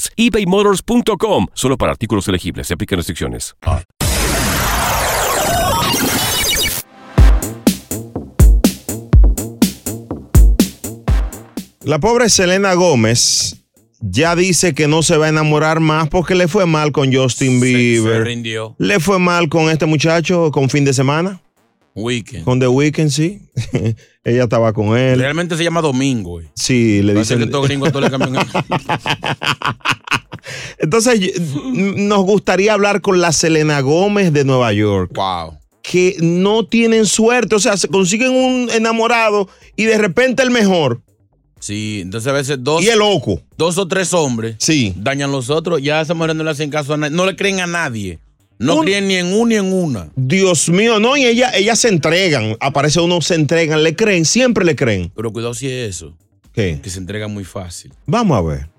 S5: ebaymotors.com. Solo para artículos elegibles. Se aplican restricciones.
S1: La pobre Selena Gómez ya dice que no se va a enamorar más porque le fue mal con Justin Bieber.
S13: rindió.
S1: Le fue mal con este muchacho con fin de semana.
S13: Weekend.
S1: Con The Weeknd, sí. Ella estaba con él.
S13: Realmente se llama Domingo. güey.
S1: Sí, le
S13: Parece
S1: dicen.
S13: que estos gringos todos le cambian el-
S1: Entonces, y- n- nos gustaría hablar con la Selena Gómez de Nueva York.
S13: Wow.
S1: Que no tienen suerte, o sea, se consiguen un enamorado y de repente el mejor.
S13: Sí, entonces a veces dos.
S1: Y el loco.
S13: Dos o tres hombres.
S1: Sí.
S13: Dañan los otros. Ya esa mujer no le hacen caso a nadie. No le creen a nadie. No creen ni en uno ni en una.
S1: Dios mío, no, y ella, ellas se entregan, aparece uno, se entregan, le creen, siempre le creen.
S13: Pero cuidado si es eso.
S1: ¿Qué?
S13: Que se entrega muy fácil.
S1: Vamos a ver.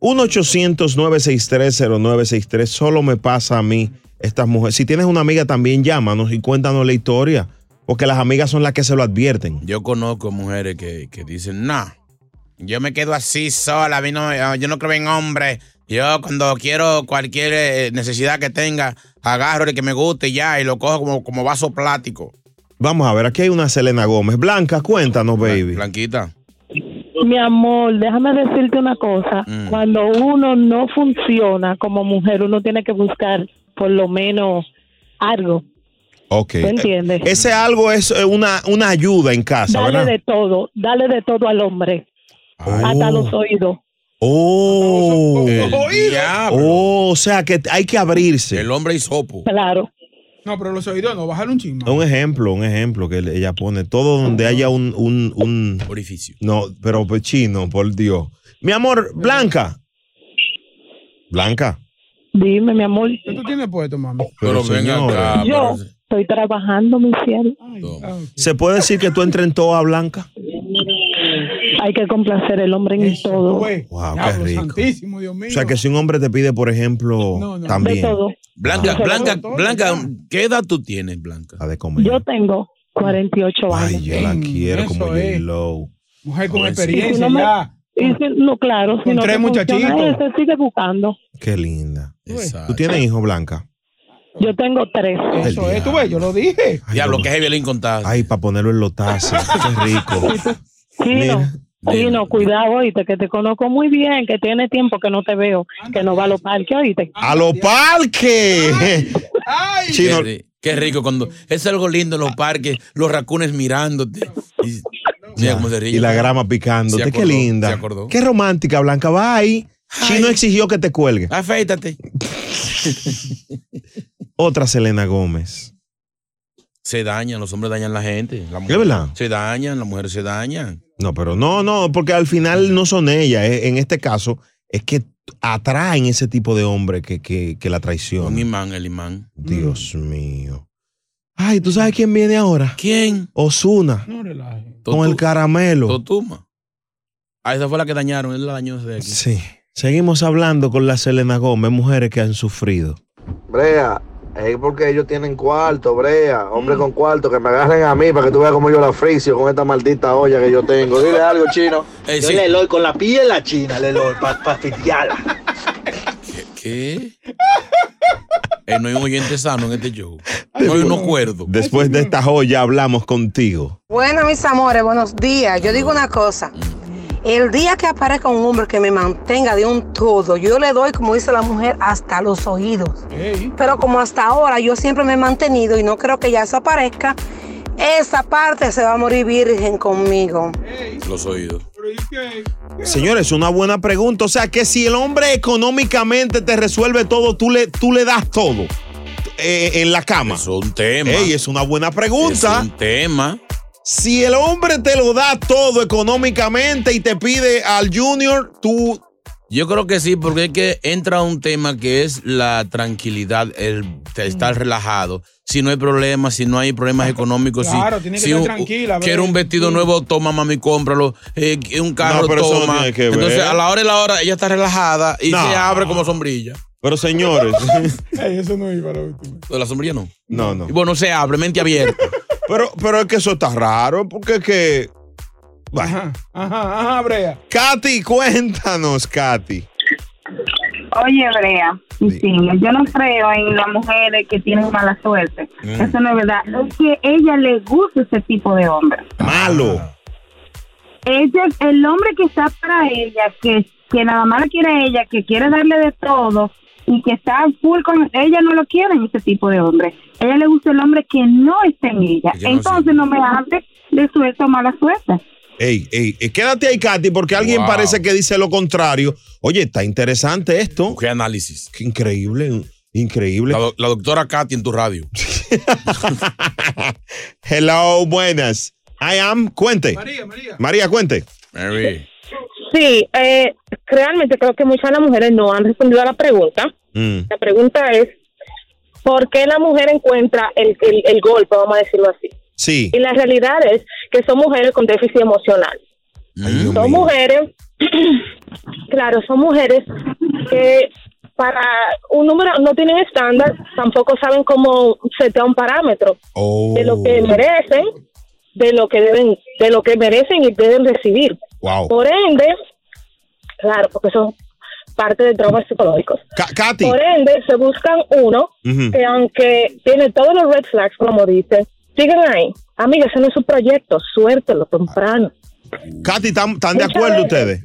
S1: 1-800-963-0963. Solo me pasa a mí estas mujeres. Si tienes una amiga también, llámanos y cuéntanos la historia. Porque las amigas son las que se lo advierten.
S13: Yo conozco mujeres que, que dicen, nah, yo me quedo así sola, a mí no me- yo no ah, creo en hombres, Yo cuando quiero cualquier eh, necesidad que tenga, agarro el que me guste y ya y lo cojo como, como vaso plástico.
S1: Vamos a ver, aquí hay una Selena Gómez. Blanca, cuéntanos, baby.
S13: Blanquita.
S6: Mi amor, déjame decirte una cosa. Cuando uno no funciona como mujer, uno tiene que buscar por lo menos algo.
S1: Ok.
S6: ¿Tú entiendes?
S1: Ese algo es eh, una, una ayuda en casa,
S6: Dale
S1: ¿verdad?
S6: de todo, dale de todo al hombre. Hasta los oídos.
S1: Oh,
S6: El
S1: oh, o sea que hay que abrirse.
S13: El hombre y sopo.
S6: Claro.
S2: No, pero los oídos no, bajar un chisme.
S1: Un ejemplo, un ejemplo que ella pone. Todo donde haya un, un, un
S13: orificio.
S1: No, pero pues, chino, por Dios. Mi amor, Blanca. Blanca.
S6: Dime, mi amor.
S2: ¿Qué tú tienes puesto, mami?
S1: Pero, señora,
S6: Yo estoy trabajando, mi cielo.
S1: ¿se puede decir que tú entrentó a Blanca?
S6: Hay que complacer al hombre en todo.
S1: Wow, qué rico. O sea que si un hombre te pide, por ejemplo, también.
S13: Blanca,
S1: Ah.
S13: Blanca, Blanca, ¿qué edad tú tienes, Blanca?
S1: A de comer.
S6: Yo tengo 48 años.
S1: Yo la quiero como J-Lo.
S7: Pues
S2: Mujer con
S6: Y si
S2: experiencia
S6: no me-
S2: ya.
S6: y si- no, claro. si
S2: Con
S6: no te
S2: tres
S6: funciona
S2: muchachitos.
S6: ese, sigue buscando.
S1: Qué linda. ¿Tú tienes hijo, Blanca?
S6: Yo tengo tres.
S2: Eso es, tú ves, yo lo dije.
S13: Diablo, que es violín con taza.
S1: Ay, para ponerlo en los tazos. Qué rico.
S6: Chino, Chino, cuidado, oíste, que te conozco muy bien, que tiene tiempo que no te veo, que no va a los parques, oíste.
S1: ¡A los parques!
S13: Qué, ri- qué rico cuando es algo lindo en los parques, los racunes mirándote. Y, mira cómo se ríe.
S1: Y la grama picándote.
S13: Se
S1: Qué
S13: acordó, se
S1: linda.
S13: acordó.
S1: Qué romántica, Blanca. Va ahí. Chino exigió que te cuelgue.
S13: Afeítate.
S1: Otra Selena Gómez.
S13: Se dañan, los hombres dañan a la gente. La mujer,
S1: ¿Es verdad?
S13: Se dañan, las mujeres se dañan.
S1: No, pero no, no, porque al final no son ellas. eh. En este caso, es que atraen ese tipo de hombre que, que, que la traición.
S13: Un imán, el imán.
S1: Dios mío. Ay, ¿tú sabes quién viene ahora?
S13: ¿Quién?
S1: Osuna. Con el caramelo.
S13: Totuma. Ah, esa fue la que dañaron, él la dañó desde aquí.
S1: Sí. Seguimos hablando con la Selena Gómez, mujeres que han sufrido.
S15: Brea, es porque ellos tienen cuarto, Brea. Hombre con cuarto, que me agarren a mí para que tú veas cómo yo la fricio con esta maldita olla que yo tengo. Dile algo, chino.
S13: Ey,
S15: yo
S13: sí.
S15: le doy con la piel la china, le doy para pa asfixiarla.
S13: ¿Qué? Eh, no hay un oyente sano en este show. No hay un acuerdo.
S1: Después de esta joya hablamos contigo.
S8: Bueno, mis amores, buenos días. Yo digo una cosa. El día que aparezca un hombre que me mantenga de un todo, yo le doy, como dice la mujer, hasta los oídos. Pero como hasta ahora yo siempre me he mantenido y no creo que ya eso aparezca, esa parte se va a morir virgen conmigo.
S13: Los oídos.
S1: Señores, una buena pregunta. O sea, que si el hombre económicamente te resuelve todo, tú le, tú le das todo eh, en la cama. Es
S13: un tema.
S1: Ey, es una buena pregunta.
S13: Es un tema.
S1: Si el hombre te lo da todo económicamente y te pide al junior, tú...
S13: Yo creo que sí, porque es que entra un tema que es la tranquilidad, el te- estar relajado. Si no hay problemas, si no hay problemas económicos, si-
S2: Mm. Claro, tiene que
S13: si
S2: estar
S13: un-
S2: tranquila,
S13: Quiero un
S2: baby.
S13: vestido
S2: Sí.
S13: nuevo, toma mami, cómpralo. Eh, un carro,
S1: pero eso no
S13: toma.
S1: tiene que ver.
S13: Entonces, a la hora y la hora, ella está relajada y
S1: No.
S13: se abre como sombrilla.
S1: Pero señores...
S2: Ey, eso no iba a lo último.
S13: La sombrilla no.
S1: No, no.
S13: Y bueno, se abre, mente abierta.
S1: pero, pero es que eso está raro, porque es que... Bueno.
S2: Ajá, ajá, Brea.
S1: Katy, cuéntanos, Katy.
S10: Oye, Brea, y sí, yo no creo en las mujeres que tienen mala suerte. Eso no es verdad. Es que ella le gusta ese tipo de hombre.
S1: Malo.
S10: Ella, el hombre que está para ella, que, que nada más la quiere a ella, que quiere darle de todo y que está full con ella, no lo quieren ese tipo de hombre. A Ella le gusta el hombre que no está en ella.
S1: Que no
S10: Entonces no me hable de suerte o mala suerte.
S1: Ey, ey, eh, quédate ahí, Katy, porque alguien
S13: Wow.
S1: parece que dice lo contrario. Oye, está interesante esto.
S13: Qué análisis.
S1: Qué increíble, increíble.
S13: La, do- la doctora Katy en tu radio.
S1: Hello, buenas. I am, cuente. María, María. María, cuente.
S13: Mary.
S11: Sí, eh, realmente creo que muchas de las mujeres no han respondido a la pregunta.
S1: Mm.
S11: La pregunta es, ¿por qué la mujer encuentra el, el- el golpe, vamos a decirlo así?
S1: Sí.
S11: Y la realidad es que son mujeres con déficit emocional. son mujeres, claro, son mujeres que para un número no tienen estándar, tampoco saben cómo setear un parámetro de lo que merecen, de lo que deben, de
S1: Oh.
S11: lo que merecen y deben recibir.
S1: Wow.
S11: Por ende, claro, porque son
S7: parte de traumas psicológicos.
S1: Katy.
S7: Por ende, se buscan uno
S1: Ujú.
S7: que aunque tiene todos los red flags, como dice, siguen ahí. Amiga, ese no es su proyecto, suéltelo temprano.
S1: Katy, ¿están de
S10: eh,
S1: acuerdo ustedes?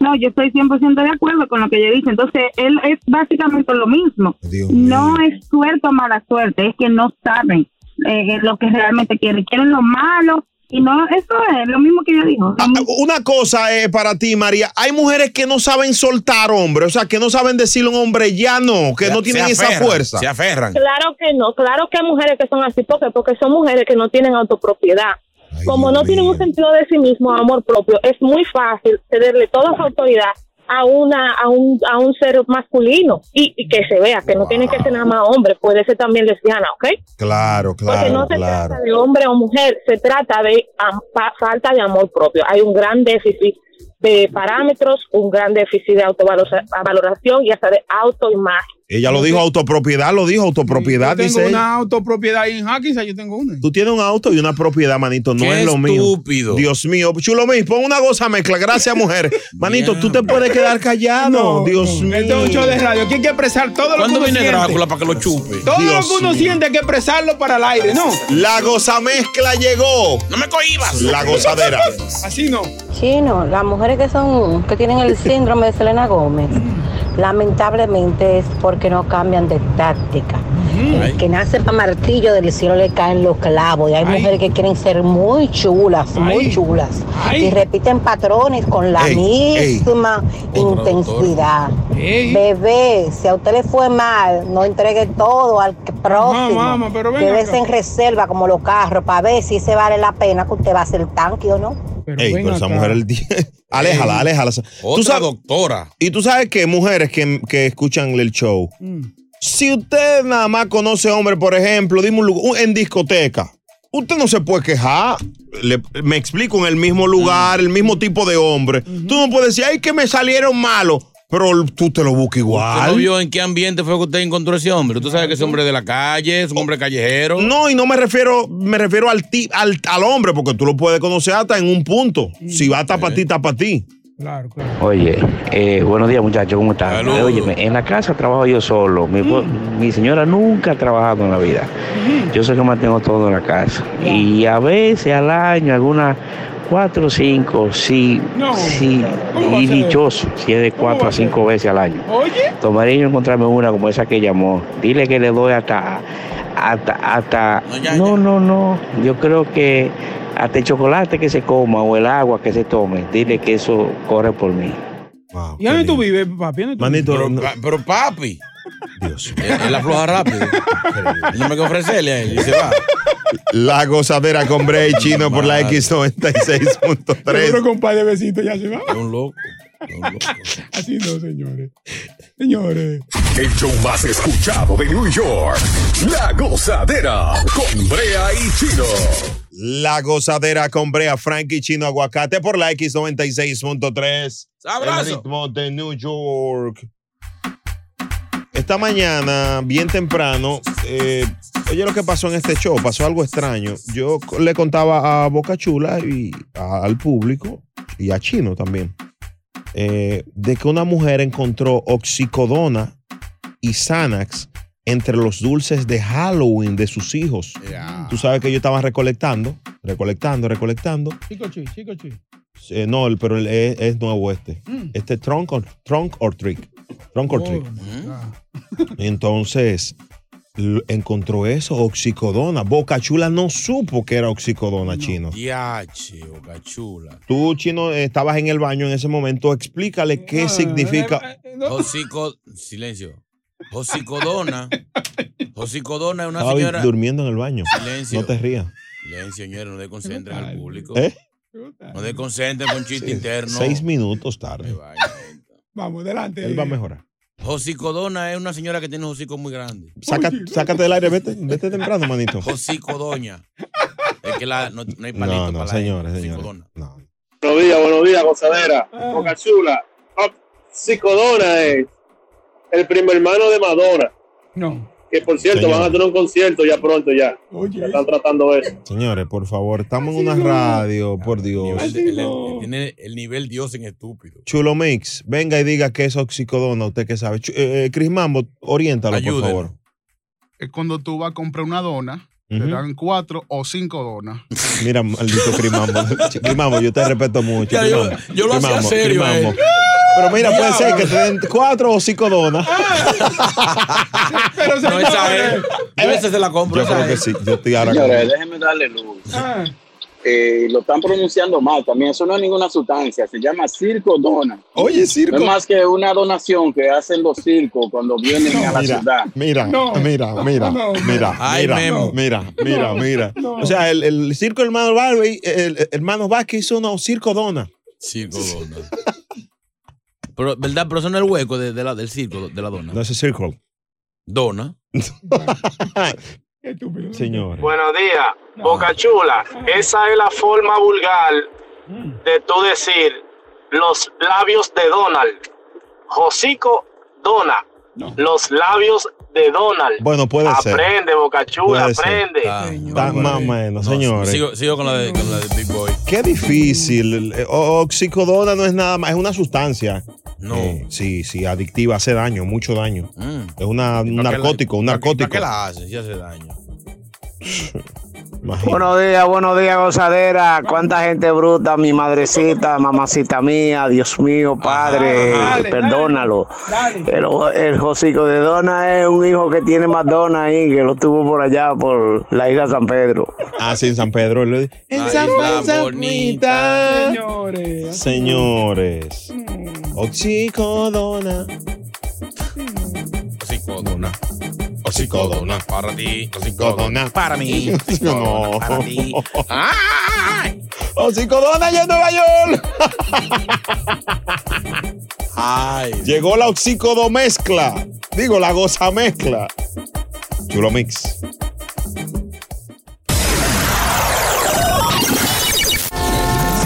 S10: No, yo estoy 100% de acuerdo con lo que ella dice. Entonces, él es básicamente lo mismo. no es suerte o mala suerte, es que no saben eh, lo que realmente quieren. Quieren lo malo y no, eso es lo mismo que ella dijo.
S1: Ah, Una cosa eh, para ti, María. Hay mujeres que no saben soltar hombre, o sea, que no saben decirle a un hombre ya no, que
S13: Se-
S1: no
S13: se
S1: tienen esa
S13: aferran,
S1: fuerza.
S13: Se aferran.
S7: Claro que no, claro que hay mujeres que son así, porque porque son mujeres que no tienen autopropiedad. Como no tienen un sentido de sí mismo, amor propio, es muy fácil cederle toda su autoridad a una a un, a un ser masculino y, y que se vea que no tiene que ser nada más hombre, puede ser también lesbiana, ¿ok?
S1: Claro,
S7: Porque
S1: claro,
S7: no se
S1: claro.
S7: trata de hombre o mujer, se trata de am- fa- falta de amor propio. Hay un gran déficit de parámetros, un gran déficit de autovaloración y hasta de autoimagen.
S1: Ella lo dijo autopropiedad, lo dijo autopropiedad,
S2: Tengo
S1: dice. Eh, ella.
S2: una autopropiedad ahí en Hackinsack, yo tengo una.
S1: Tú tienes un auto y una propiedad, manito, no
S2: Qué
S1: es lo mío.
S2: estúpido.
S1: Dios mío, chulo mío, pon una goza mezcla, gracias mujer. Manito, tú te puedes quedar callado, Dios mío.
S2: Este es un show de radio. Aquí hay que expresar todo lo que
S13: ¿Cuándo
S2: uno
S13: viene
S2: siente.
S13: Drácula para que lo chupe?
S2: Todo lo que uno siente hay que expresarlo para el aire, ¿no?
S1: La goza mezcla llegó.
S13: No me cohibas.
S1: La gozadera.
S2: Así no.
S9: Chino, las mujeres que son que tienen el síndrome de Selena Gómez, lamentablemente es porque no cambian de táctica.
S2: Mm.
S9: El que nace para martillo del cielo le caen los clavos y hay mujeres que quieren ser muy chulas, muy chulas y repiten patrones con la
S12: Ey, ey.
S9: misma intensidad. Bebé, si a usted le fue mal, no entregue todo al que- próximo.
S2: mamá, pero ven
S9: Quédese
S2: acá.
S9: en reserva como los carros para ver si se vale la pena que usted va a ser tanque o no.
S1: Ey, pero esa mujer, el día- aléjala, aléjala. Otra
S13: doctora.
S1: Y tú sabes que mujeres que, que escuchan el show, si usted nada más conoce hombre, por ejemplo, dime un lugar, un- en discoteca, usted no se puede quejar. Le- me explico, en el mismo lugar, el mismo tipo de hombre. Tú no puedes decir, ay, que me salieron malos, pero tú te lo
S13: ¿Usted
S1: buscas igual.
S13: no vio en qué ambiente fue que usted encontró ese hombre? Tú sabes que ese hombre de la calle, es un hombre callejero.
S1: No, y no me refiero, me refiero al, ti- al, al hombre, porque tú lo puedes conocer hasta en un punto. Si va a tapar ti, tapa ti.
S14: Oye, eh, buenos días muchachos, ¿cómo están? Óyeme, en la casa trabajo yo solo. Mi, po- mi señora nunca ha trabajado en la vida. Yo sé que mantengo todo en la casa. Y a veces al año, algunas cuatro o cinco, sí, sí,
S23: ¿Cómo va
S14: y
S23: a ser?
S14: dichoso, si es de cuatro a cinco veces al año.
S23: Oye.
S14: Tomaré yo encontrarme una como esa que llamó. Dile que le doy hasta, hasta, hasta, no, no, no. Yo creo que hasta el chocolate que se coma o el agua que se tome, dile que eso corre por mí.
S2: ¿Y dónde tú vives, papi? ¿Dónde tú
S13: Pero, pa- pero papi. Dios. Él, él afloja rápido. no me que ofrecerle a él y se va.
S1: La gozadera con Bray Chino por la X96.3.
S2: Seguro con un par de besitos ya se va.
S13: un loco.
S2: Así no, señores. Señores.
S4: El show más escuchado de New York. La gozadera con Brea y Chino.
S1: La gozadera con Brea, Frankie Chino Aguacate por la X96.3.
S13: Sabroso.
S1: El ritmo de New York. Esta mañana, bien temprano, eh, oye lo que pasó en este show, pasó algo extraño. Yo co- le contaba a Boca Chula y a- al público y a Chino también, eh, de que una mujer encontró oxicodona y Xanax entre los dulces de Halloween de sus hijos.
S24: Ah.
S1: Tú sabes que ellos estaban recolectando, recolectando, recolectando.
S2: Chico chi, chico chi.
S1: Eh, no, el- pero el- es, es nuevo este.
S2: Mm.
S1: Este trunk or, trunk or trick. Trunk or trick.
S16: ¿Mm?
S13: Oh.
S1: Entonces, l- encontró eso, oxicodona. Boca Chula no supo que era oxicodona, chino.
S13: Yache, boca chula.
S1: Tú, chino, eh, estabas en el baño en ese momento. Explícale qué
S13: eh,
S1: significa.
S13: Josico- silencio. Josicodona. Josicodona es una
S1: Estaba
S13: señora.
S1: durmiendo en el baño.
S13: Silencio.
S1: No te rías.
S13: Silencio, señores, no desconcentren al público.
S1: ¿Eh?
S13: No desconcentren con chiste interno.
S1: Seis minutos tarde.
S2: Vamos, adelante.
S1: Él va a mejorar.
S13: Josicodona es una señora que tiene un hocico muy grande.
S1: Saca- sácate del aire, vete, vete temprano, manito.
S13: Josicodoña. Es que la, no, no hay palito
S1: No, no,
S13: para la-
S1: señores, señores.
S25: Buenos días, buenos días, gozadera. Boca chula. Psicodona es el primo hermano de Madonna.
S2: No.
S26: que por cierto
S1: Señor.
S26: van a tener un concierto ya pronto ya. Ya están tratando eso.
S1: Señores, por favor, estamos en una radio, por Dios.
S13: El- el- el- tiene el nivel Dios en estúpido.
S1: Chulo Mix, venga y diga qué es oxicodona, usted que sabe. Chu- eh, eh, Chris Mambo, oriéntalo, por
S13: Ayúdelo.
S1: favor.
S24: Es cuando tú vas a comprar una dona, te
S1: Ujú.
S24: dan cuatro o cinco donas.
S1: Mira, maldito Chris Mambo. Ch- Chris Mambo, yo te respeto mucho.
S24: Ya,
S1: Chris
S24: yo-
S1: Mambo.
S24: yo lo
S1: Chris
S24: hacía
S1: Mambo,
S24: serio,
S1: Chris
S24: eh.
S1: Mambo. Pero mira, puede ser que te den cuatro o cinco donas.
S13: Pero no, esa es. Yo esa se la compro.
S1: Yo creo que sí. Yo estoy ahora.
S2: Señores,
S1: con-
S2: déjenme darle luz. Eh, lo están pronunciando mal también. Eso no es ninguna sustancia. Se llama circo dona.
S1: Oye, circo.
S2: No es más que una donación que hacen los circos cuando vienen a la
S1: mira,
S2: ciudad.
S1: Mira, mira, mira,
S2: No.
S1: mira,
S2: Ay,
S1: mira,
S2: Memo.
S1: mira, mira,
S2: No.
S1: mira. O sea, el, el circo hermano Barbe, el hermano Vázquez hizo una circo dona.
S13: Circo dona. Pero, ¿verdad? Pero eso no es el hueco de, de la, del circo, de la dona.
S1: No es circo.
S13: Dona.
S1: Señor.
S27: Buenos días, Boca Chula. Esa es la forma vulgar de tú decir los labios de Donald. Josico Dona. Los labios de Donald.
S1: Bueno, puede ser.
S27: Aprende, Boca Chula,
S1: Puede ser.
S27: aprende.
S13: Ah.
S1: Está más o menos, señores.
S13: Sigo, sigo con la de, con la de Big Boy.
S1: Qué difícil. Eh, o- Oxicodona no es nada más, es una sustancia. No. sí, sí, adictiva, hace daño, mucho daño.
S13: Mm.
S1: Es una, un
S13: ¿Para qué la-
S1: narcótico, un
S13: ¿Para
S1: narcótico.
S13: qué la haces? Ya hace daño.
S14: Buenos días, buenos días, gozadera. Cuánta gente bruta, mi madrecita, mamacita mía, Dios mío, padre, eh, perdónalo. El, el Josico de Dona es un hijo que tiene más Dona ahí, que lo tuvo por allá, por la isla San Pedro.
S1: Ah, sí, en San Pedro. él lo-
S28: En
S1: Ay,
S28: San
S1: la
S28: San-
S1: bonita.
S28: Señores.
S1: Señores. Oxicodona.
S13: Oxicodona.
S1: Oxicodona.
S13: Para ti.
S1: Oxicodona.
S13: Para mí.
S1: No.
S13: Para ti. Ah.
S1: Oxicodona ya en Nueva York. Llegó la oxicodo mezcla. Digo, la goza mezcla. Chulo mix.